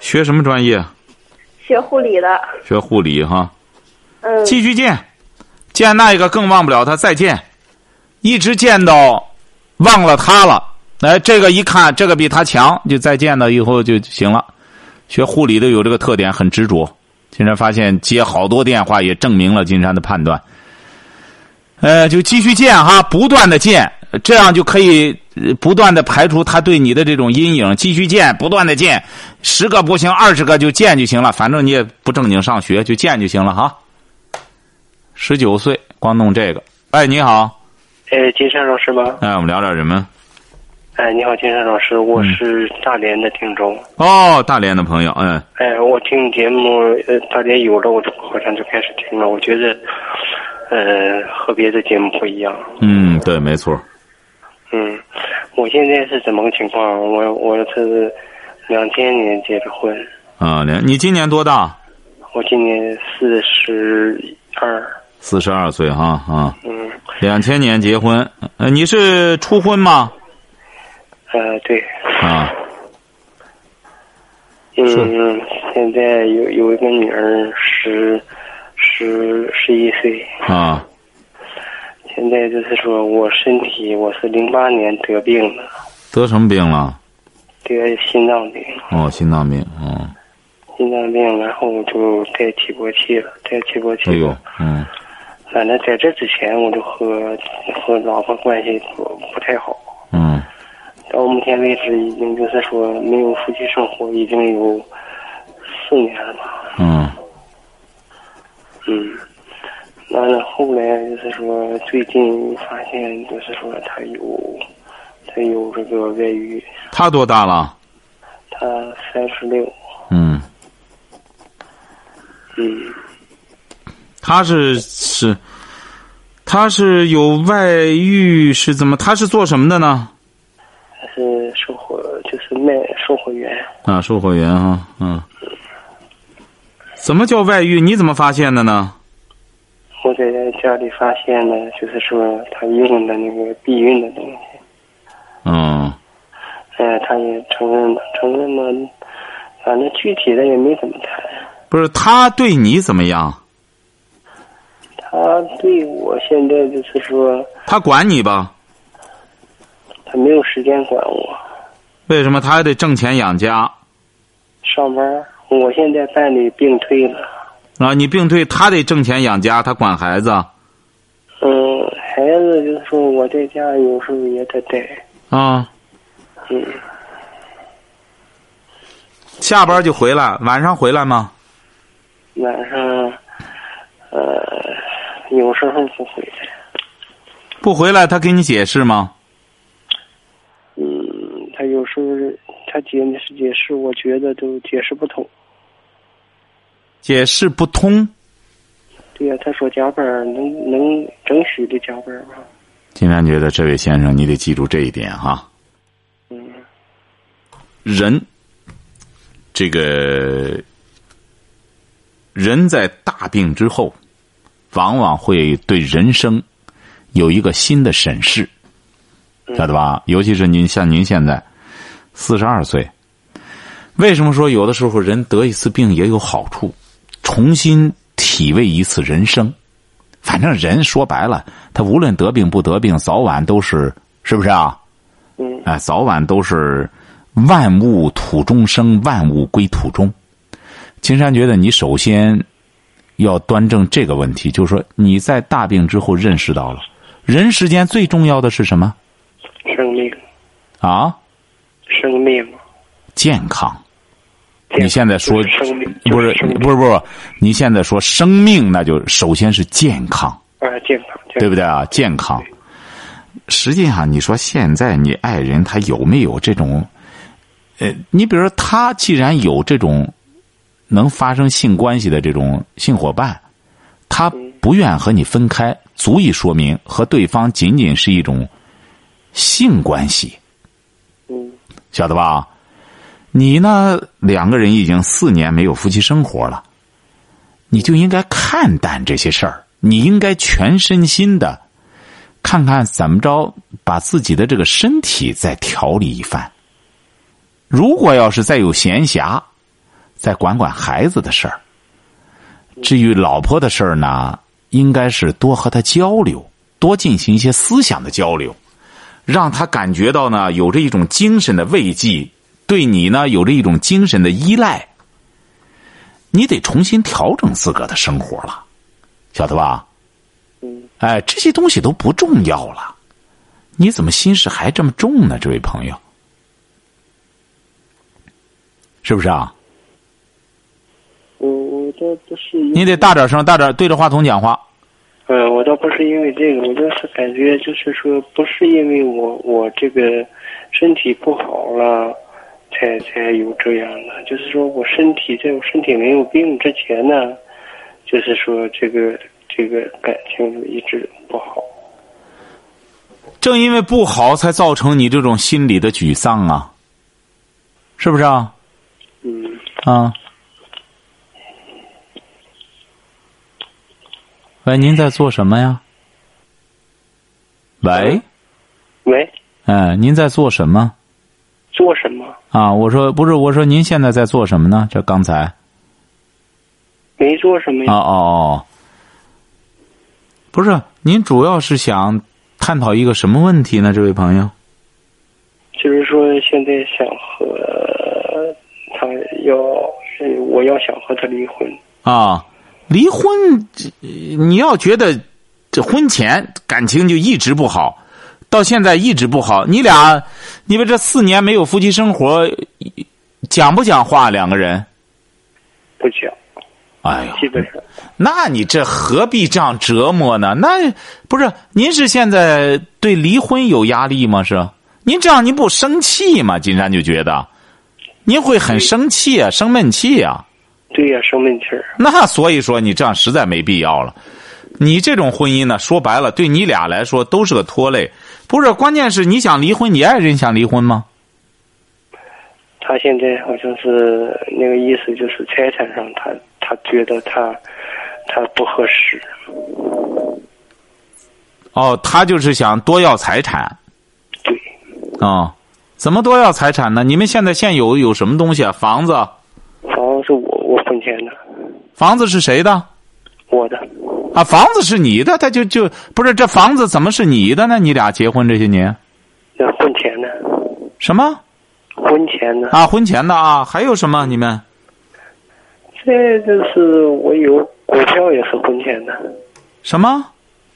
Speaker 2: 学什么专业？
Speaker 1: 学护理的。
Speaker 2: 学护理哈。
Speaker 1: 嗯，
Speaker 2: 继续见，见那一个更忘不了他，再见，一直见到忘了他了。哎，这个一看，这个比他强，就再见了以后就行了。学护理的有这个特点，很执着。金山发现接好多电话，也证明了金山的判断。呃，就继续见哈，不断的见，这样就可以呃不断的排除他对你的这种阴影。继续见，不断的见，十个不行，二十个就见就行了。反正你也不正经上学，就见就行了哈。十九岁，光弄这个。哎，你好，
Speaker 8: 哎，金山老师吗？
Speaker 2: 哎，我们聊点什么？
Speaker 8: 哎，你好，金山老师，
Speaker 2: 嗯
Speaker 8: 我是大连的听众。
Speaker 2: 哦，大连的朋友，嗯，
Speaker 8: 哎，我听节目，呃，大连有了，我就好像就开始听了。我觉得，呃，和别的节目不一样。
Speaker 2: 嗯，对，没错，
Speaker 8: 嗯，我现在是怎么个情况？我我是两千年结的婚，
Speaker 2: 啊，连你今年多大？
Speaker 8: 我今年四十二，
Speaker 2: 四十二岁哈啊，
Speaker 8: 嗯，
Speaker 2: 两千年结婚，呃，你是初婚吗？
Speaker 8: 呃，对，
Speaker 2: 啊，
Speaker 8: 嗯，现在有有一个女儿十十十一岁，
Speaker 2: 啊，
Speaker 8: 现在就是说我身体我是零八年得病的，
Speaker 2: 得什么病了？
Speaker 8: 得心脏病，
Speaker 2: 哦，心脏病，嗯，
Speaker 8: 心脏病，然后就带起搏器了，带起搏器
Speaker 2: 哎
Speaker 8: 了。
Speaker 2: 呦，嗯，
Speaker 8: 反正在这之前我就和和老婆关系不不太好，
Speaker 2: 嗯，
Speaker 8: 到目前为止已经就是说没有夫妻生活已经有四年了吧，
Speaker 2: 嗯，
Speaker 8: 嗯。完了后来就是说最近发现就是说他有他有这个外遇，
Speaker 2: 他多大了？
Speaker 8: 他三十六，
Speaker 2: 嗯，
Speaker 8: 嗯，
Speaker 2: 他是是，他是有外遇是怎么？他是做什么的呢？
Speaker 8: 他是售货就是卖售货员，
Speaker 2: 啊，售货员啊，嗯，怎么叫外遇？你怎么发现的呢？
Speaker 8: 我在家里发现呢，就是说他用的那个避孕的东西。
Speaker 2: 嗯，
Speaker 8: 哎，他也承认了，承认了，反正具体的也没怎么谈。
Speaker 2: 不是他对你怎么样？
Speaker 8: 他对我现在就是说，
Speaker 2: 他管你吧？
Speaker 8: 他没有时间管我，
Speaker 2: 为什么他还得挣钱养家？
Speaker 8: 上班。我现在办理病退了，
Speaker 2: 啊，你病退，他得挣钱养家，他管孩子
Speaker 8: 嗯，孩子就是说我在家有时候也得带，
Speaker 2: 啊。
Speaker 8: 嗯，
Speaker 2: 下班就回来，晚上回来吗？
Speaker 8: 晚上，呃，有时候不回来，
Speaker 2: 不回来，他给你解释吗？
Speaker 8: 嗯，他有时候他解解释，我觉得都解释不通。
Speaker 2: 解释不通。
Speaker 8: 对呀、他说加班儿能能整许的加班儿吗？
Speaker 2: 金山觉得这位先生，你得记住这一点哈。
Speaker 8: 嗯。
Speaker 2: 人，这个人在大病之后，往往会对人生有一个新的审视，晓得吧？尤其是您像您现在四十二岁，为什么说有的时候人得一次病也有好处？重新体味一次人生，反正人说白了，他无论得病不得病，早晚都是是不是啊？
Speaker 8: 嗯
Speaker 2: 哎，早晚都是万物土中生，万物归土中。金山觉得你首先要端正这个问题，就是说你在大病之后认识到了，人世间最重要的是什么
Speaker 8: 生命，
Speaker 2: 啊？
Speaker 8: 生命，
Speaker 2: 健康。
Speaker 8: 健康
Speaker 2: 你现在说
Speaker 8: 就是生命，
Speaker 2: 不
Speaker 8: 就是是生命
Speaker 2: 不是不是，你现在说生命，那就首先是健康。
Speaker 8: 啊，健康，健康
Speaker 2: 对不对啊？健康。实际上，你说现在你爱人他有没有这种？呃，你比如说，他既然有这种能发生性关系的这种性伙伴，他不愿和你分开，足以说明和对方仅仅是一种性关系。
Speaker 8: 嗯，
Speaker 2: 晓得吧？你呢，两个人已经四年没有夫妻生活了，你就应该看淡这些事儿，你应该全身心的看看怎么着把自己的这个身体再调理一番。如果要是再有闲暇，再管管孩子的事儿。至于老婆的事儿呢，应该是多和她交流，多进行一些思想的交流。让他感觉到呢有着一种精神的慰藉，对你呢有着一种精神的依赖。你得重新调整自个儿的生活了，晓得吧？
Speaker 8: 嗯，
Speaker 2: 哎，这些东西都不重要了，你怎么心事还这么重呢？这位朋友，是不是啊？
Speaker 8: 我我倒不是因为
Speaker 2: 你得大点声，大点，对着话筒讲话。
Speaker 8: 呃，我倒不是因为这个，我就是感觉就是说，不是因为我我这个身体不好了，才才有这样的，就是说我身体在我身体没有病之前呢，就是说这个这个感情就一直不好。
Speaker 2: 正因为不好，才造成你这种心理的沮丧啊，是不是啊？
Speaker 8: 嗯，
Speaker 2: 啊，喂，您在做什么呀？喂，
Speaker 8: 喂，
Speaker 2: 哎，您在做什么
Speaker 8: 做什么？
Speaker 2: 啊？我说不是，我说您现在在做什么呢？这刚才
Speaker 8: 没做什么
Speaker 2: 哦
Speaker 8: 呀。
Speaker 2: 哦哦，不是，您主要是想探讨一个什么问题呢？这位朋友，
Speaker 8: 就是说现在想和他要，呃我要想和他离婚。
Speaker 2: 啊，离婚，这你要觉得这婚前感情就一直不好，到现在一直不好，你俩因为这四年没有夫妻生活，讲不讲话？两个人，
Speaker 8: 不讲，
Speaker 2: 哎呀，
Speaker 8: 基本上
Speaker 2: 那你这何必这样折磨呢？那不是您是现在对离婚有压力吗？是您这样您不生气吗？金山就觉得您会很生气啊，生闷气啊。
Speaker 8: 对呀、生闷气儿。
Speaker 2: 那所以说你这样实在没必要了。你这种婚姻呢，说白了，对你俩来说都是个拖累。不是，关键是你想离婚，你爱人想离婚吗？
Speaker 8: 他现在好像是那个意思，就是财产上他他觉得他他不合适，
Speaker 2: 哦，他就是想多要财产
Speaker 8: 对，
Speaker 2: 啊、哦怎么多要财产呢？你们现在现有有什么东西啊？房子，
Speaker 8: 房子是我我婚前的，
Speaker 2: 房子是谁的？
Speaker 8: 我的，
Speaker 2: 啊，房子是你的，他就就不是这房子怎么是你的呢？你俩结婚这些年，
Speaker 8: 那婚前的，
Speaker 2: 什么
Speaker 8: 婚前的，
Speaker 2: 啊？婚前的啊？还有什么？你们
Speaker 8: 这就是我有股票也是婚前的，
Speaker 2: 什么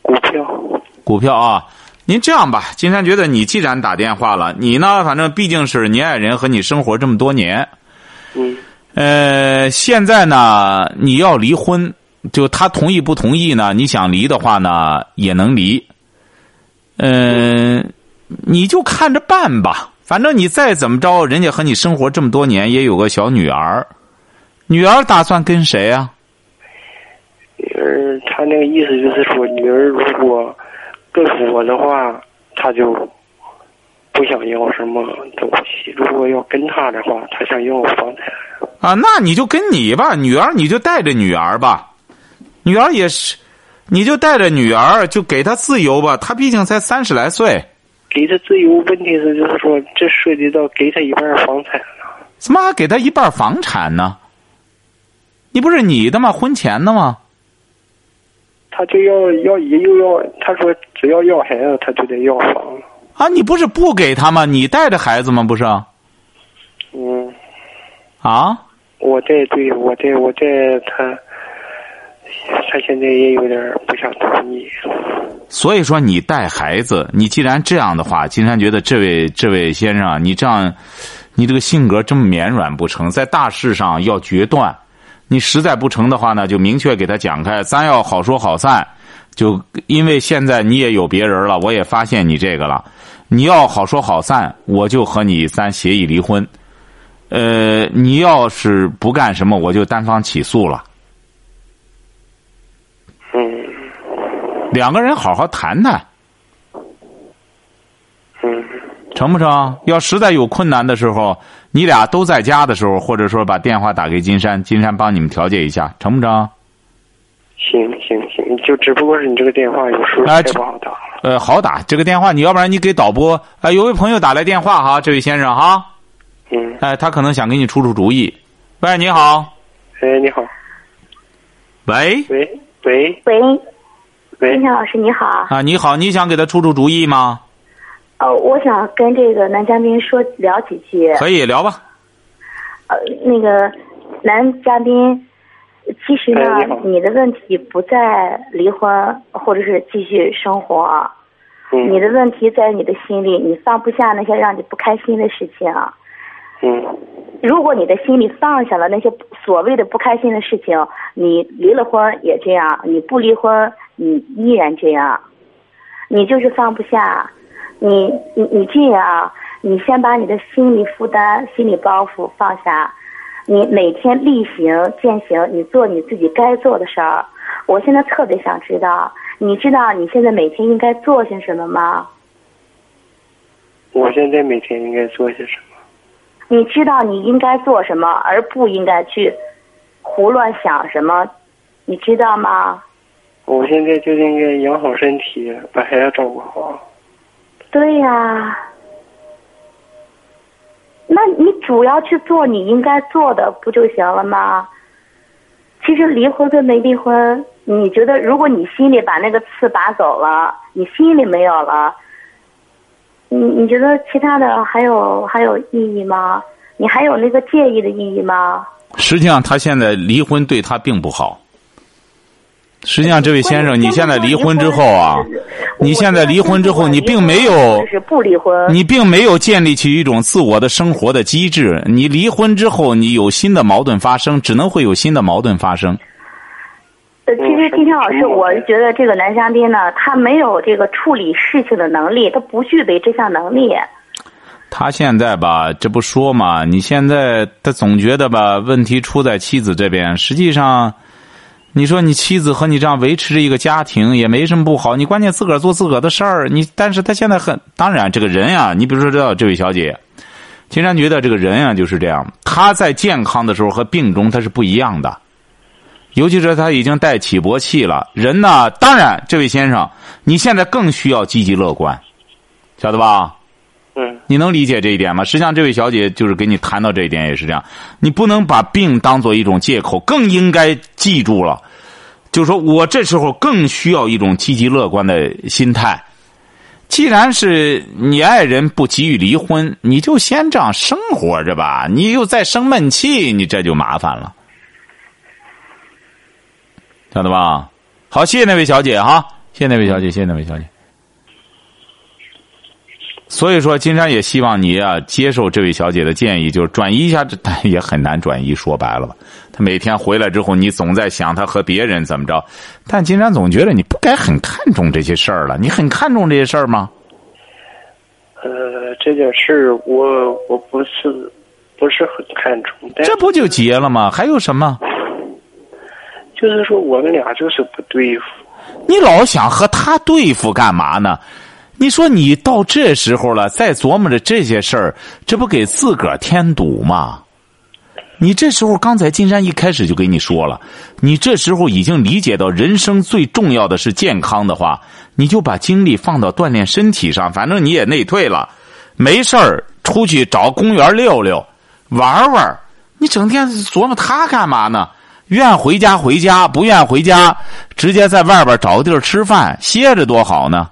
Speaker 8: 股票，
Speaker 2: 股票啊？您这样吧，金山觉得你既然打电话了，你呢，反正毕竟是你爱人和你生活这么多年，
Speaker 8: 嗯，
Speaker 2: 呃，现在呢，你要离婚，就他同意不同意呢？你想离的话呢，也能离。嗯、你就看着办吧。反正你再怎么着，人家和你生活这么多年，也有个小女儿，女儿打算跟谁啊？
Speaker 8: 女儿他那个意思就是说，女儿如果跟我的话，他就不想要什么东西；如果要跟他的话，他想要房产。
Speaker 2: 啊，那你就跟你吧，女儿你就带着女儿吧，女儿也是，你就带着女儿，就给她自由吧。她毕竟才三十来岁，
Speaker 8: 给他自由，问题是就是说，这涉及到给他一半房产了。
Speaker 2: 怎么还给她一半房产呢？你不是你的吗？婚前的吗？
Speaker 8: 他就要要也又要，他说只要要孩子，他就得要房。
Speaker 2: 啊，你不是不给她吗？你带着孩子吗？不是
Speaker 8: 嗯，
Speaker 2: 啊？
Speaker 8: 我这对我这我这他，他现在也有点不想同意。
Speaker 2: 所以说，你带孩子，你既然这样的话，金山觉得这位这位先生啊，你这样，你这个性格这么绵软不成，在大事上要决断。你实在不成的话呢，就明确给他讲开，咱要好说好散。就因为现在你也有别人了，我也发现你这个了，你要好说好散，我就和你咱协议离婚。呃，你要是不干什么，我就单方起诉了。
Speaker 8: 嗯
Speaker 2: 两个人好好谈谈。
Speaker 8: 嗯，
Speaker 2: 成不成？要实在有困难的时候，你俩都在家的时候，或者说把电话打给金山，金山帮你们调解一下，成不成？
Speaker 8: 行行行，就只不过是你这个电话有时候
Speaker 2: 啊
Speaker 8: 太
Speaker 2: 这
Speaker 8: 不好打了。
Speaker 2: 呃，好打这个电话，你要不然你给导播，哎、有位朋友打来电话哈，这位先生哈，
Speaker 8: 嗯，
Speaker 2: 哎、他可能想给你出出主意。喂，你好，
Speaker 8: 哎，你好，
Speaker 2: 喂，
Speaker 8: 喂喂
Speaker 3: 喂，
Speaker 8: 喂
Speaker 3: 金，强老师你好，
Speaker 2: 啊，你好，你想给他出出主意吗？
Speaker 3: 呃，我想跟这个男嘉宾说聊几句，
Speaker 2: 可以聊吧。
Speaker 3: 呃，那个男嘉宾，其实呢
Speaker 8: 哎你好，
Speaker 3: 你的问题不在离婚或者是继续生活，你
Speaker 8: 嗯
Speaker 3: 的问题在你的心里，你放不下那些让你不开心的事情。
Speaker 8: 嗯
Speaker 3: 如果你的心里放下了那些所谓的不开心的事情，你离了婚也这样，你不离婚你依然这样，你就是放不下，你你你这样，你先把你的心理负担、心理包袱放下，你每天例行践行，你做你自己该做的事儿。我现在特别想知道，你知道你现在每天应该做些什么吗？
Speaker 8: 我现在每天应该做些什么？
Speaker 3: 你知道你应该做什么，而不应该去胡乱想什么，你知道吗？
Speaker 8: 我现在就是应该养好身体，把孩子照顾好。
Speaker 3: 对呀、那你主要去做你应该做的，不就行了吗？其实离婚跟没离婚，你觉得如果你心里把那个刺拔走了，你心里没有了，你你觉得其他的还有还有意义吗？你还有那个介意的意义吗？
Speaker 2: 实际上，他现在离婚对他并不好。实际上，这位先生，你现在离婚之后啊，你现在离婚之后，你并没有
Speaker 3: 就是不离婚，
Speaker 2: 你并没有建立起一种自我的生活的机制。你离婚之后，你有新的矛盾发生，只能会有新的矛盾发生。
Speaker 3: 呃，其实金天老师，我是觉得这个男嘉宾呢，他没有这个处理事情的能力，他不具备这项能力。
Speaker 2: 他现在吧，这不说嘛，你现在他总觉得吧，问题出在妻子这边。实际上，你说你妻子和你这样维持着一个家庭也没什么不好，你关键自个儿做自个儿的事儿。你但是他现在很，当然这个人呀、你比如说知道这位小姐，金山觉得这个人呀、啊就是这样，他在健康的时候和病中他是不一样的。尤其是他已经带起搏器了，人呢，当然，这位先生，你现在更需要积极乐观，晓得吧？
Speaker 8: 嗯，
Speaker 2: 你能理解这一点吗？实际上，这位小姐就是给你谈到这一点也是这样，你不能把病当做一种借口，更应该记住了，就是说我这时候更需要一种积极乐观的心态。既然是你爱人不急于离婚，你就先这样生活着吧。你又再生闷气，你这就麻烦了，晓得吧？好，谢谢那位小姐哈，谢谢那位小姐，谢谢那位小姐。所以说，金山也希望你啊接受这位小姐的建议，就是转移一下，这但也很难转移。说白了吧，她每天回来之后，你总在想她和别人怎么着，但金山总觉得你不该很看重这些事儿了。你很看重这些事儿吗？
Speaker 8: 呃，这点事儿我我不是不是很看重，但
Speaker 2: 这不就结了吗？还有什么？
Speaker 8: 就是说我们俩就是不对付。
Speaker 2: 你老想和他对付干嘛呢？你说你到这时候了，再琢磨着这些事儿，这不给自个儿添堵吗？你这时候，刚才金山一开始就给你说了，你这时候已经理解到人生最重要的是健康的话，你就把精力放到锻炼身体上，反正你也内退了，没事儿出去找公园溜溜，玩玩儿。你整天琢磨他干嘛呢？愿回家回家，不愿回家，直接在外边找个地儿吃饭歇着多好呢？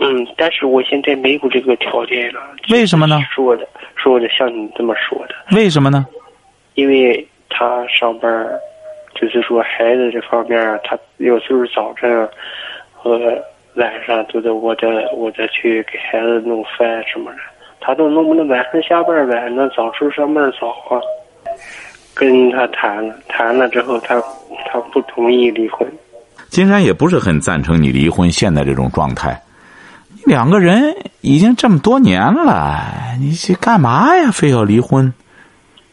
Speaker 8: 嗯，但是我现在没有这个条件了。
Speaker 2: 为什么呢？
Speaker 8: 说的说的像你这么说的，
Speaker 2: 为什么呢？
Speaker 8: 因为他上班儿，就是说孩子这方面儿，他有时候早晨和晚上都得我得我得去给孩子弄饭什么的，他都弄不能晚上下班儿晚，那早出上班儿早啊。跟他谈了，谈了之后他他不同意离婚，
Speaker 2: 金山也不是很赞成你离婚现在这种状态。你两个人已经这么多年了，你这干嘛呀？非要离婚？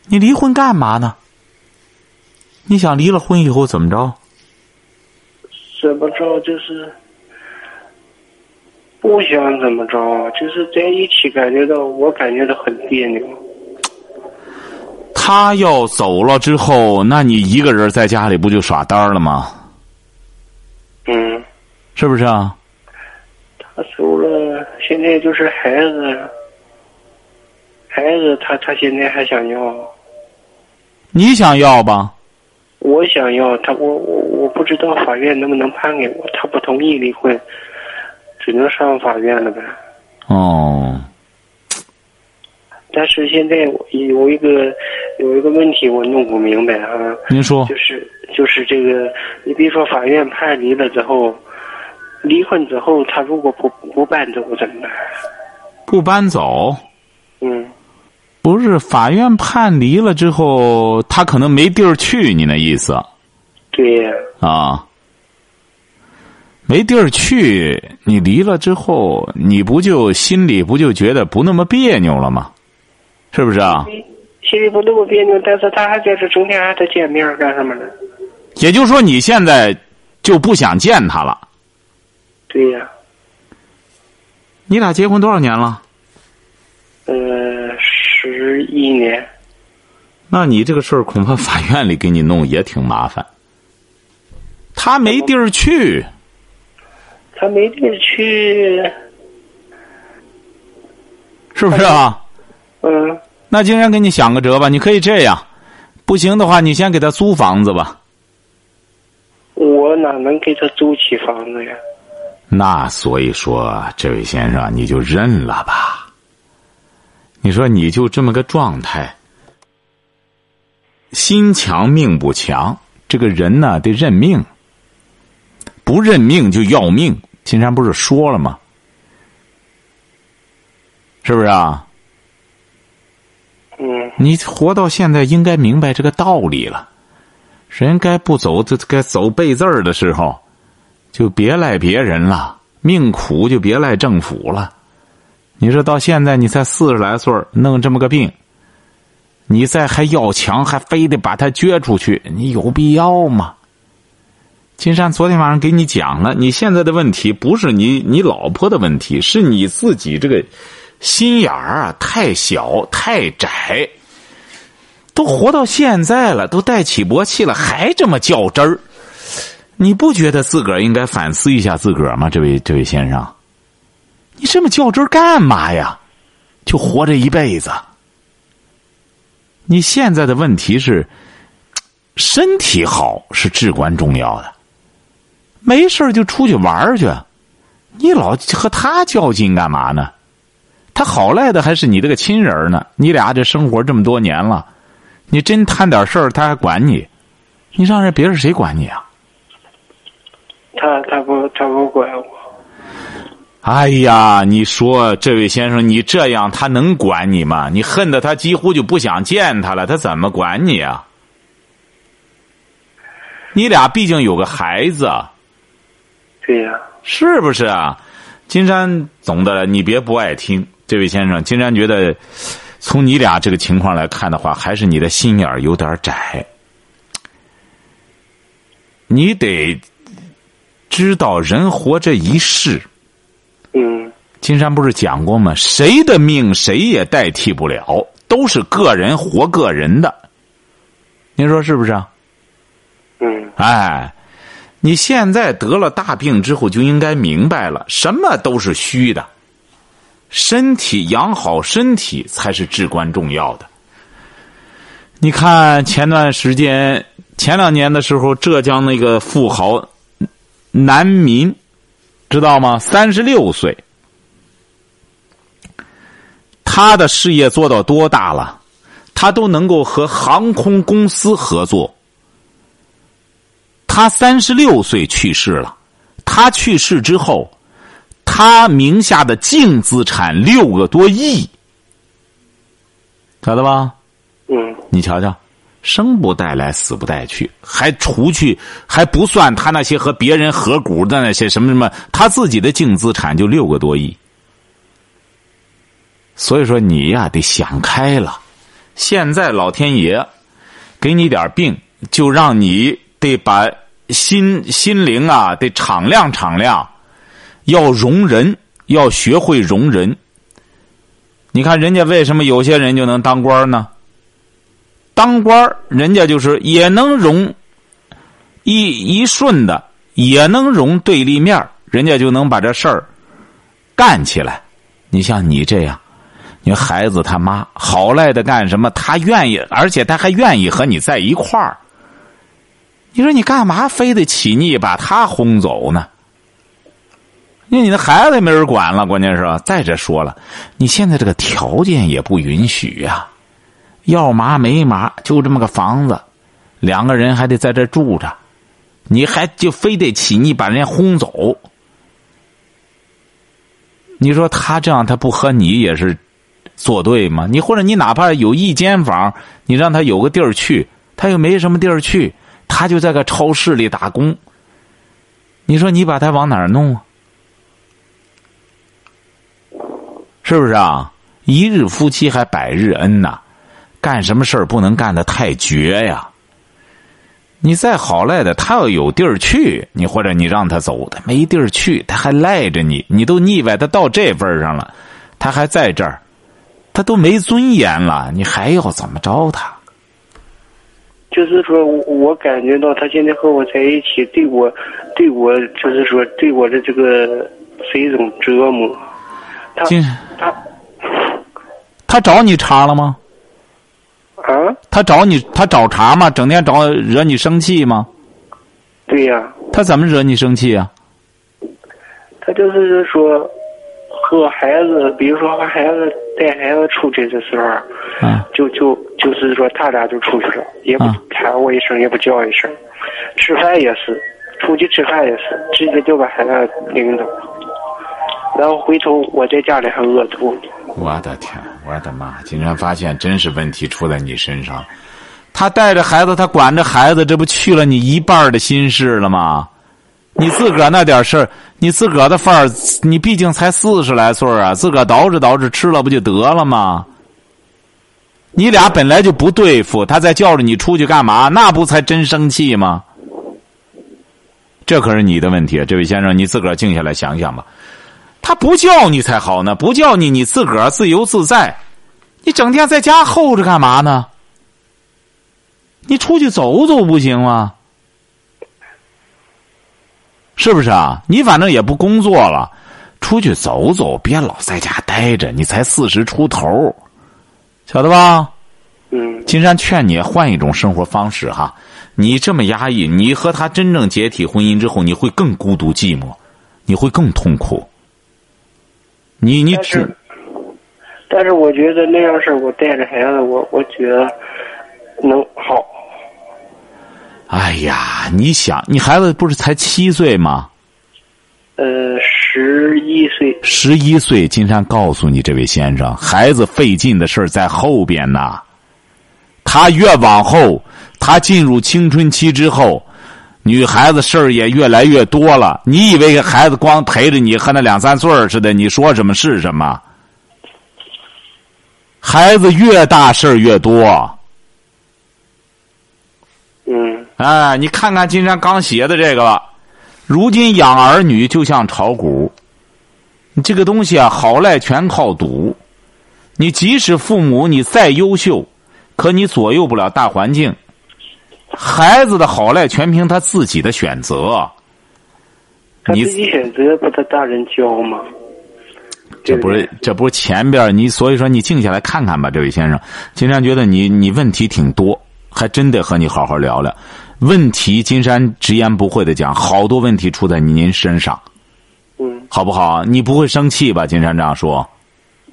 Speaker 2: 你离婚干嘛呢？你想离了婚以后怎么着？
Speaker 8: 怎么着就是不想怎么着，就是在一起感觉到我感觉到很别扭。
Speaker 2: 他要走了之后，那你一个人在家里不就耍单儿了吗？
Speaker 8: 嗯，
Speaker 2: 是不是啊？
Speaker 8: 他走了，现在就是孩子，孩子他他现在还想要，
Speaker 2: 你想要吧？
Speaker 8: 我想要他，我我我不知道法院能不能判给我，他不同意离婚，只能上法院了呗。
Speaker 2: 哦，
Speaker 8: 但是现在我有一个有一个问题我弄不明白啊，
Speaker 2: 您说
Speaker 8: 就是就是这个，你比如说法院判离了之后，离婚之后他如果不不搬走怎么办？
Speaker 2: 不搬走，
Speaker 8: 嗯，
Speaker 2: 不是法院判离了之后，他可能没地儿去，你那意思？
Speaker 8: 对呀、
Speaker 2: 啊，没地儿去，你离了之后，你不就心里不就觉得不那么别扭了吗？是不是啊？
Speaker 8: 心里不那么别扭，但是他还在这整天还得见面干什么呢？
Speaker 2: 也就是说，你现在就不想见他了。
Speaker 8: 对呀、
Speaker 2: 你俩结婚多少年了？
Speaker 8: 呃，十一年，
Speaker 2: 那你这个事儿恐怕法院里给你弄也挺麻烦。他没地儿去，
Speaker 8: 他没地儿去，
Speaker 2: 是不是啊？
Speaker 8: 嗯，
Speaker 2: 那竟然给你想个辙吧，你可以这样，不行的话，你先给他租房子吧。
Speaker 8: 我哪能给他租起房子呀？
Speaker 2: 那所以说，这位先生，你就认了吧。你说你就这么个状态，心强命不强，这个人呢得认命，不认命就要命。金山不是说了吗？是不是啊？
Speaker 8: 嗯，
Speaker 2: 你活到现在应该明白这个道理了。人该不走，这该走背字儿的时候，就别赖别人了。命苦就别赖政府了。你说到现在你才四十来岁儿弄这么个病，你再还要强，还非得把它撅出去，你有必要吗？金山昨天晚上给你讲了，你现在的问题不是你你老婆的问题，是你自己这个心眼儿啊太小太窄。都活到现在了，都带起搏器了，还这么较真儿，你不觉得自个儿应该反思一下自个儿吗？这位这位先生，你这么较真儿干嘛呀？就活这一辈子。你现在的问题是，身体好是至关重要的。没事儿就出去玩儿去，你老和他较劲干嘛呢？他好赖的还是你这个亲人儿呢，你俩这生活这么多年了。你真摊点事儿，他还管你，你让人别人谁管你啊？
Speaker 8: 他他不他不管我，
Speaker 2: 哎呀，你说这位先生，你这样他能管你吗？你恨得他几乎就不想见他了，他怎么管你啊？你俩毕竟有个孩子，
Speaker 8: 对呀、
Speaker 2: 是不是啊？金山总的，你别不爱听，这位先生，金山觉得，从你俩这个情况来看的话，还是你的心眼儿有点窄，你得知道人活这一世，
Speaker 8: 嗯
Speaker 2: 金山不是讲过吗？谁的命谁也代替不了，都是个人活个人的，您说是不是啊？
Speaker 8: 嗯
Speaker 2: 哎，你现在得了大病之后就应该明白了，什么都是虚的，身体养好身体才是至关重要的。你看前段时间，前两年的时候，浙江那个富豪南民，知道吗？三十六岁，他的事业做到多大了？他都能够和航空公司合作。他三十六岁去世了，他去世之后，他名下的净资产六个多亿，晓得吧？
Speaker 8: 嗯
Speaker 2: 你瞧瞧，生不带来，死不带去，还除去还不算他那些和别人合股的那些什么什么，他自己的净资产就六个多亿。所以说你呀得想开了，现在老天爷给你点病，就让你得把心心灵啊得敞亮敞亮，要容人，要学会容人。你看人家为什么有些人就能当官儿呢？当官儿人家就是也能容一一顺的，也能容对立面儿人家就能把这事儿干起来。你像你这样，你孩子他妈好赖的干什么？他愿意，而且他还愿意和你在一块儿。你说你干嘛非得起腻把他轰走呢？因为你的孩子也没人管了，关键是吧再者说了，你现在这个条件也不允许呀、要麻没麻，就这么个房子，两个人还得在这住着，你还就非得起腻把人家轰走。你说他这样，他不和你也是作对吗？你或者你哪怕有一间房，你让他有个地儿去，他又没什么地儿去，他就在个超市里打工。你说你把他往哪儿弄啊？是不是啊？一日夫妻还百日恩呐、干什么事儿不能干的太绝呀。你再好赖的，他要有地儿去，你或者你让他走，他没地儿去，他还赖着你，你都腻歪他到这份儿上了，他还在这儿，他都没尊严了，你还要怎么着他？
Speaker 8: 就是说我我感觉到他现在和我在一起，对我，对我就是说对我的这个是一种折磨。他
Speaker 2: 今
Speaker 8: 他
Speaker 2: 他找你茬了吗？
Speaker 8: 啊，
Speaker 2: 他找你他找茬吗？整天找惹你生气吗？
Speaker 8: 对呀、
Speaker 2: 他怎么惹你生气啊？
Speaker 8: 他就是说和孩子，比如说和孩子带孩子出去的时候，
Speaker 2: 啊
Speaker 8: 就就就是说他俩就出去了，也不
Speaker 2: 啊
Speaker 8: 喊我一声，也不叫一声，吃饭也是，出去吃饭也是，直接就把孩子领走，然后回头我在家里还饿肚子。
Speaker 2: 我的天，我的妈！竟然发现真是问题出在你身上。他带着孩子，他管着孩子，这不去了你一半儿的心事了吗？你自个儿那点事儿，你自个儿的份儿，你毕竟才四十来岁儿啊，自个儿捯饬捯饬吃了不就得了吗？你俩本来就不对付，他再叫着你出去干嘛？那不才真生气吗？这可是你的问题，啊这位先生，你自个儿静下来想想吧。他不叫你才好呢，不叫你，你自个儿自由自在，你整天在家候着干嘛呢？你出去走走不行吗？是不是啊？你反正也不工作了，出去走走，别老在家待着。你才四十出头，晓得吧？
Speaker 8: 嗯，
Speaker 2: 金山劝你换一种生活方式哈。你这么压抑，你和他真正解体婚姻之后，你会更孤独寂寞，你会更痛苦。你你
Speaker 8: 但
Speaker 2: 只
Speaker 8: 是但是我觉得那样式儿我带着孩子，我我觉得能好。
Speaker 2: 哎呀，你想，你孩子不是才七岁吗？
Speaker 8: 呃，十一岁，
Speaker 2: 十一岁，金山告诉你，这位先生，孩子费劲的事儿在后边呢。他越往后，他进入青春期之后，女孩子事儿也越来越多了。你以为孩子光陪着你和那两三岁儿似的，你说什么是什么？孩子越大事儿越多。
Speaker 8: 嗯，
Speaker 2: 哎，你看看金山刚写的这个吧，如今养儿女就像炒股，你这个东西啊，好赖全靠赌。你即使父母你再优秀，可你左右不了大环境。孩子的好赖全凭他自己的选择，
Speaker 8: 他
Speaker 2: 你
Speaker 8: 自己选择，不他大人教吗？
Speaker 2: 这不
Speaker 8: 对
Speaker 2: 是
Speaker 8: 对
Speaker 2: 这不是前边儿你所以说你静下来看看吧，这位先生，金山觉得你你问题挺多，还真得和你好好聊聊。问题金山直言不讳的讲，好多问题出在您身上。
Speaker 8: 嗯，
Speaker 2: 好不好？你不会生气吧？金山这样说，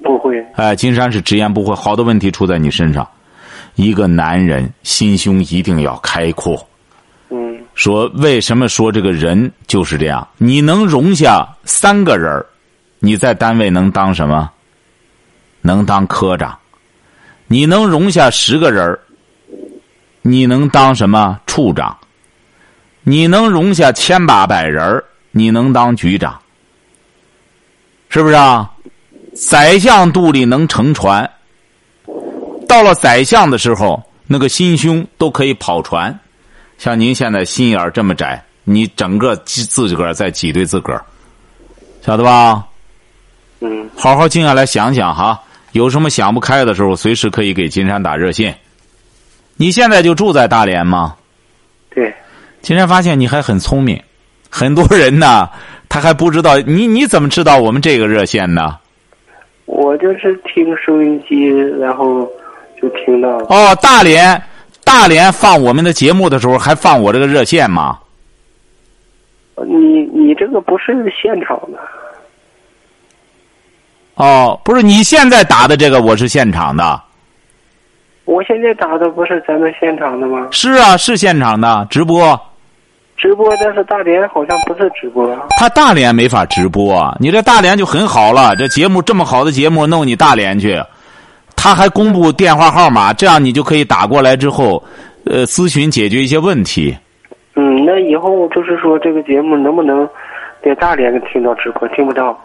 Speaker 8: 不会，
Speaker 2: 哎，金山是直言不讳，好多问题出在你身上。一个男人心胸一定要开阔。
Speaker 8: 嗯
Speaker 2: 说为什么说这个人就是这样？你能容下三个人儿你在单位能当什么？能当科长。你能容下十个人儿你能当什么处长？你能容下千八百人儿你能当局长，是不是啊？宰相肚里能撑船，到了宰相的时候，那个心胸都可以跑船。像您现在心眼儿这么窄，你整个自自个儿在挤兑自个儿，晓得吧？
Speaker 8: 嗯，
Speaker 2: 好好静下来想想哈，有什么想不开的时候，随时可以给金山打热线。你现在就住在大连吗？
Speaker 8: 对，
Speaker 2: 金山发现你还很聪明，很多人呢，他还不知道你你怎么知道我们这个热线呢？
Speaker 8: 我就是听收音机，然后就听到了。
Speaker 2: 哦，大连，大连放我们的节目的时候还放我这个热线吗？
Speaker 8: 呃你你这个不是现场的，
Speaker 2: 哦，不是，你现在打的这个我是现场的，
Speaker 8: 我现在打的不是咱们现场的吗？
Speaker 2: 是啊，是现场的直播。
Speaker 8: 直播，但是大连好像不是直播。啊
Speaker 2: 他大连没法直播啊，你这大连就很好了，这节目这么好的节目弄你大连去，他还公布电话号码，这样你就可以打过来之后，呃，咨询解决一些问题。
Speaker 8: 嗯，那以后就是说这个节目能不能在大连听到直播？听不到。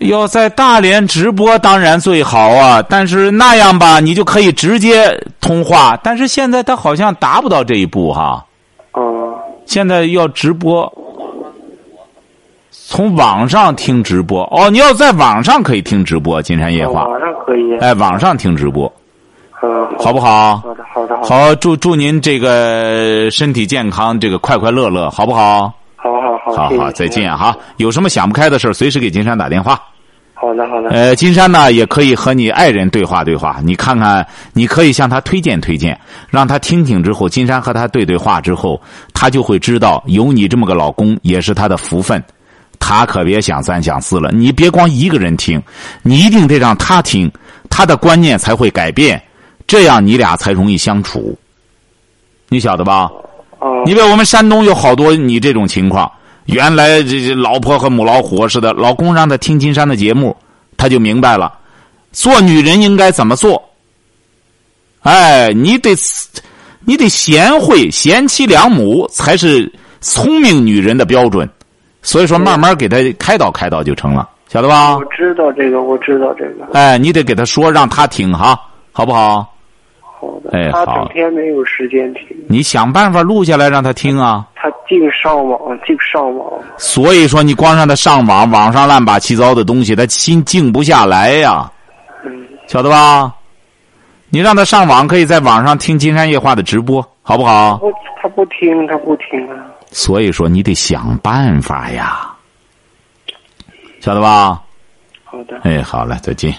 Speaker 2: 要在大连直播当然最好啊，但是那样吧，你就可以直接通话。但是现在他好像达不到这一步哈，
Speaker 8: 嗯，
Speaker 2: 现在要直播，从网上听直播哦。你要在网上可以听直播，金山夜话，哎
Speaker 8: 网上可以。
Speaker 2: 哎，网上听直播
Speaker 8: 嗯，
Speaker 2: 好不好？
Speaker 8: 好的，好好的，好的，
Speaker 2: 好，祝祝您这个身体健康，这个快快乐乐，好不好？
Speaker 8: 好好好，
Speaker 2: 好
Speaker 8: 谢谢
Speaker 2: 好，再见。哈！有什么想不开的事儿随时给金山打电话。
Speaker 8: 好的，好的，
Speaker 2: 呃，金山呢也可以和你爱人对话对话，你看看，你可以向他推荐推荐，让他听听之后，金山和他对对话之后，他就会知道有你这么个老公也是他的福分，他可别想三想四了。你别光一个人听，你一定得让他听，他的观念才会改变，这样你俩才容易相处，你晓得吧？
Speaker 8: 哦，
Speaker 2: 因为我们山东有好多你这种情况，原来这这老婆和母老虎似的，老公让她听金山的节目，她就明白了，做女人应该怎么做。哎，你得你得贤惠，贤妻良母才是聪明女人的标准。所以说，慢慢给她开导开导就成了，晓得吧
Speaker 8: 我？知道这个，我知道这个，
Speaker 2: 哎，你得给她说，让她听哈，好不好？
Speaker 8: 好的。
Speaker 2: 哎
Speaker 8: 他
Speaker 2: 好
Speaker 8: 整天没有时间听，
Speaker 2: 你想办法录下来让她听啊。
Speaker 8: 他净上网，净上网。
Speaker 2: 所以说，你光让他上网，网上乱八七糟的东西，他心静不下来呀，晓得吧？你让他上网，可以在网上听《金山夜话》的直播，好不好？
Speaker 8: 我他不听，他不听啊。
Speaker 2: 所以说，你得想办法呀，晓得吧？
Speaker 8: 好的。
Speaker 2: 哎，好了，再见。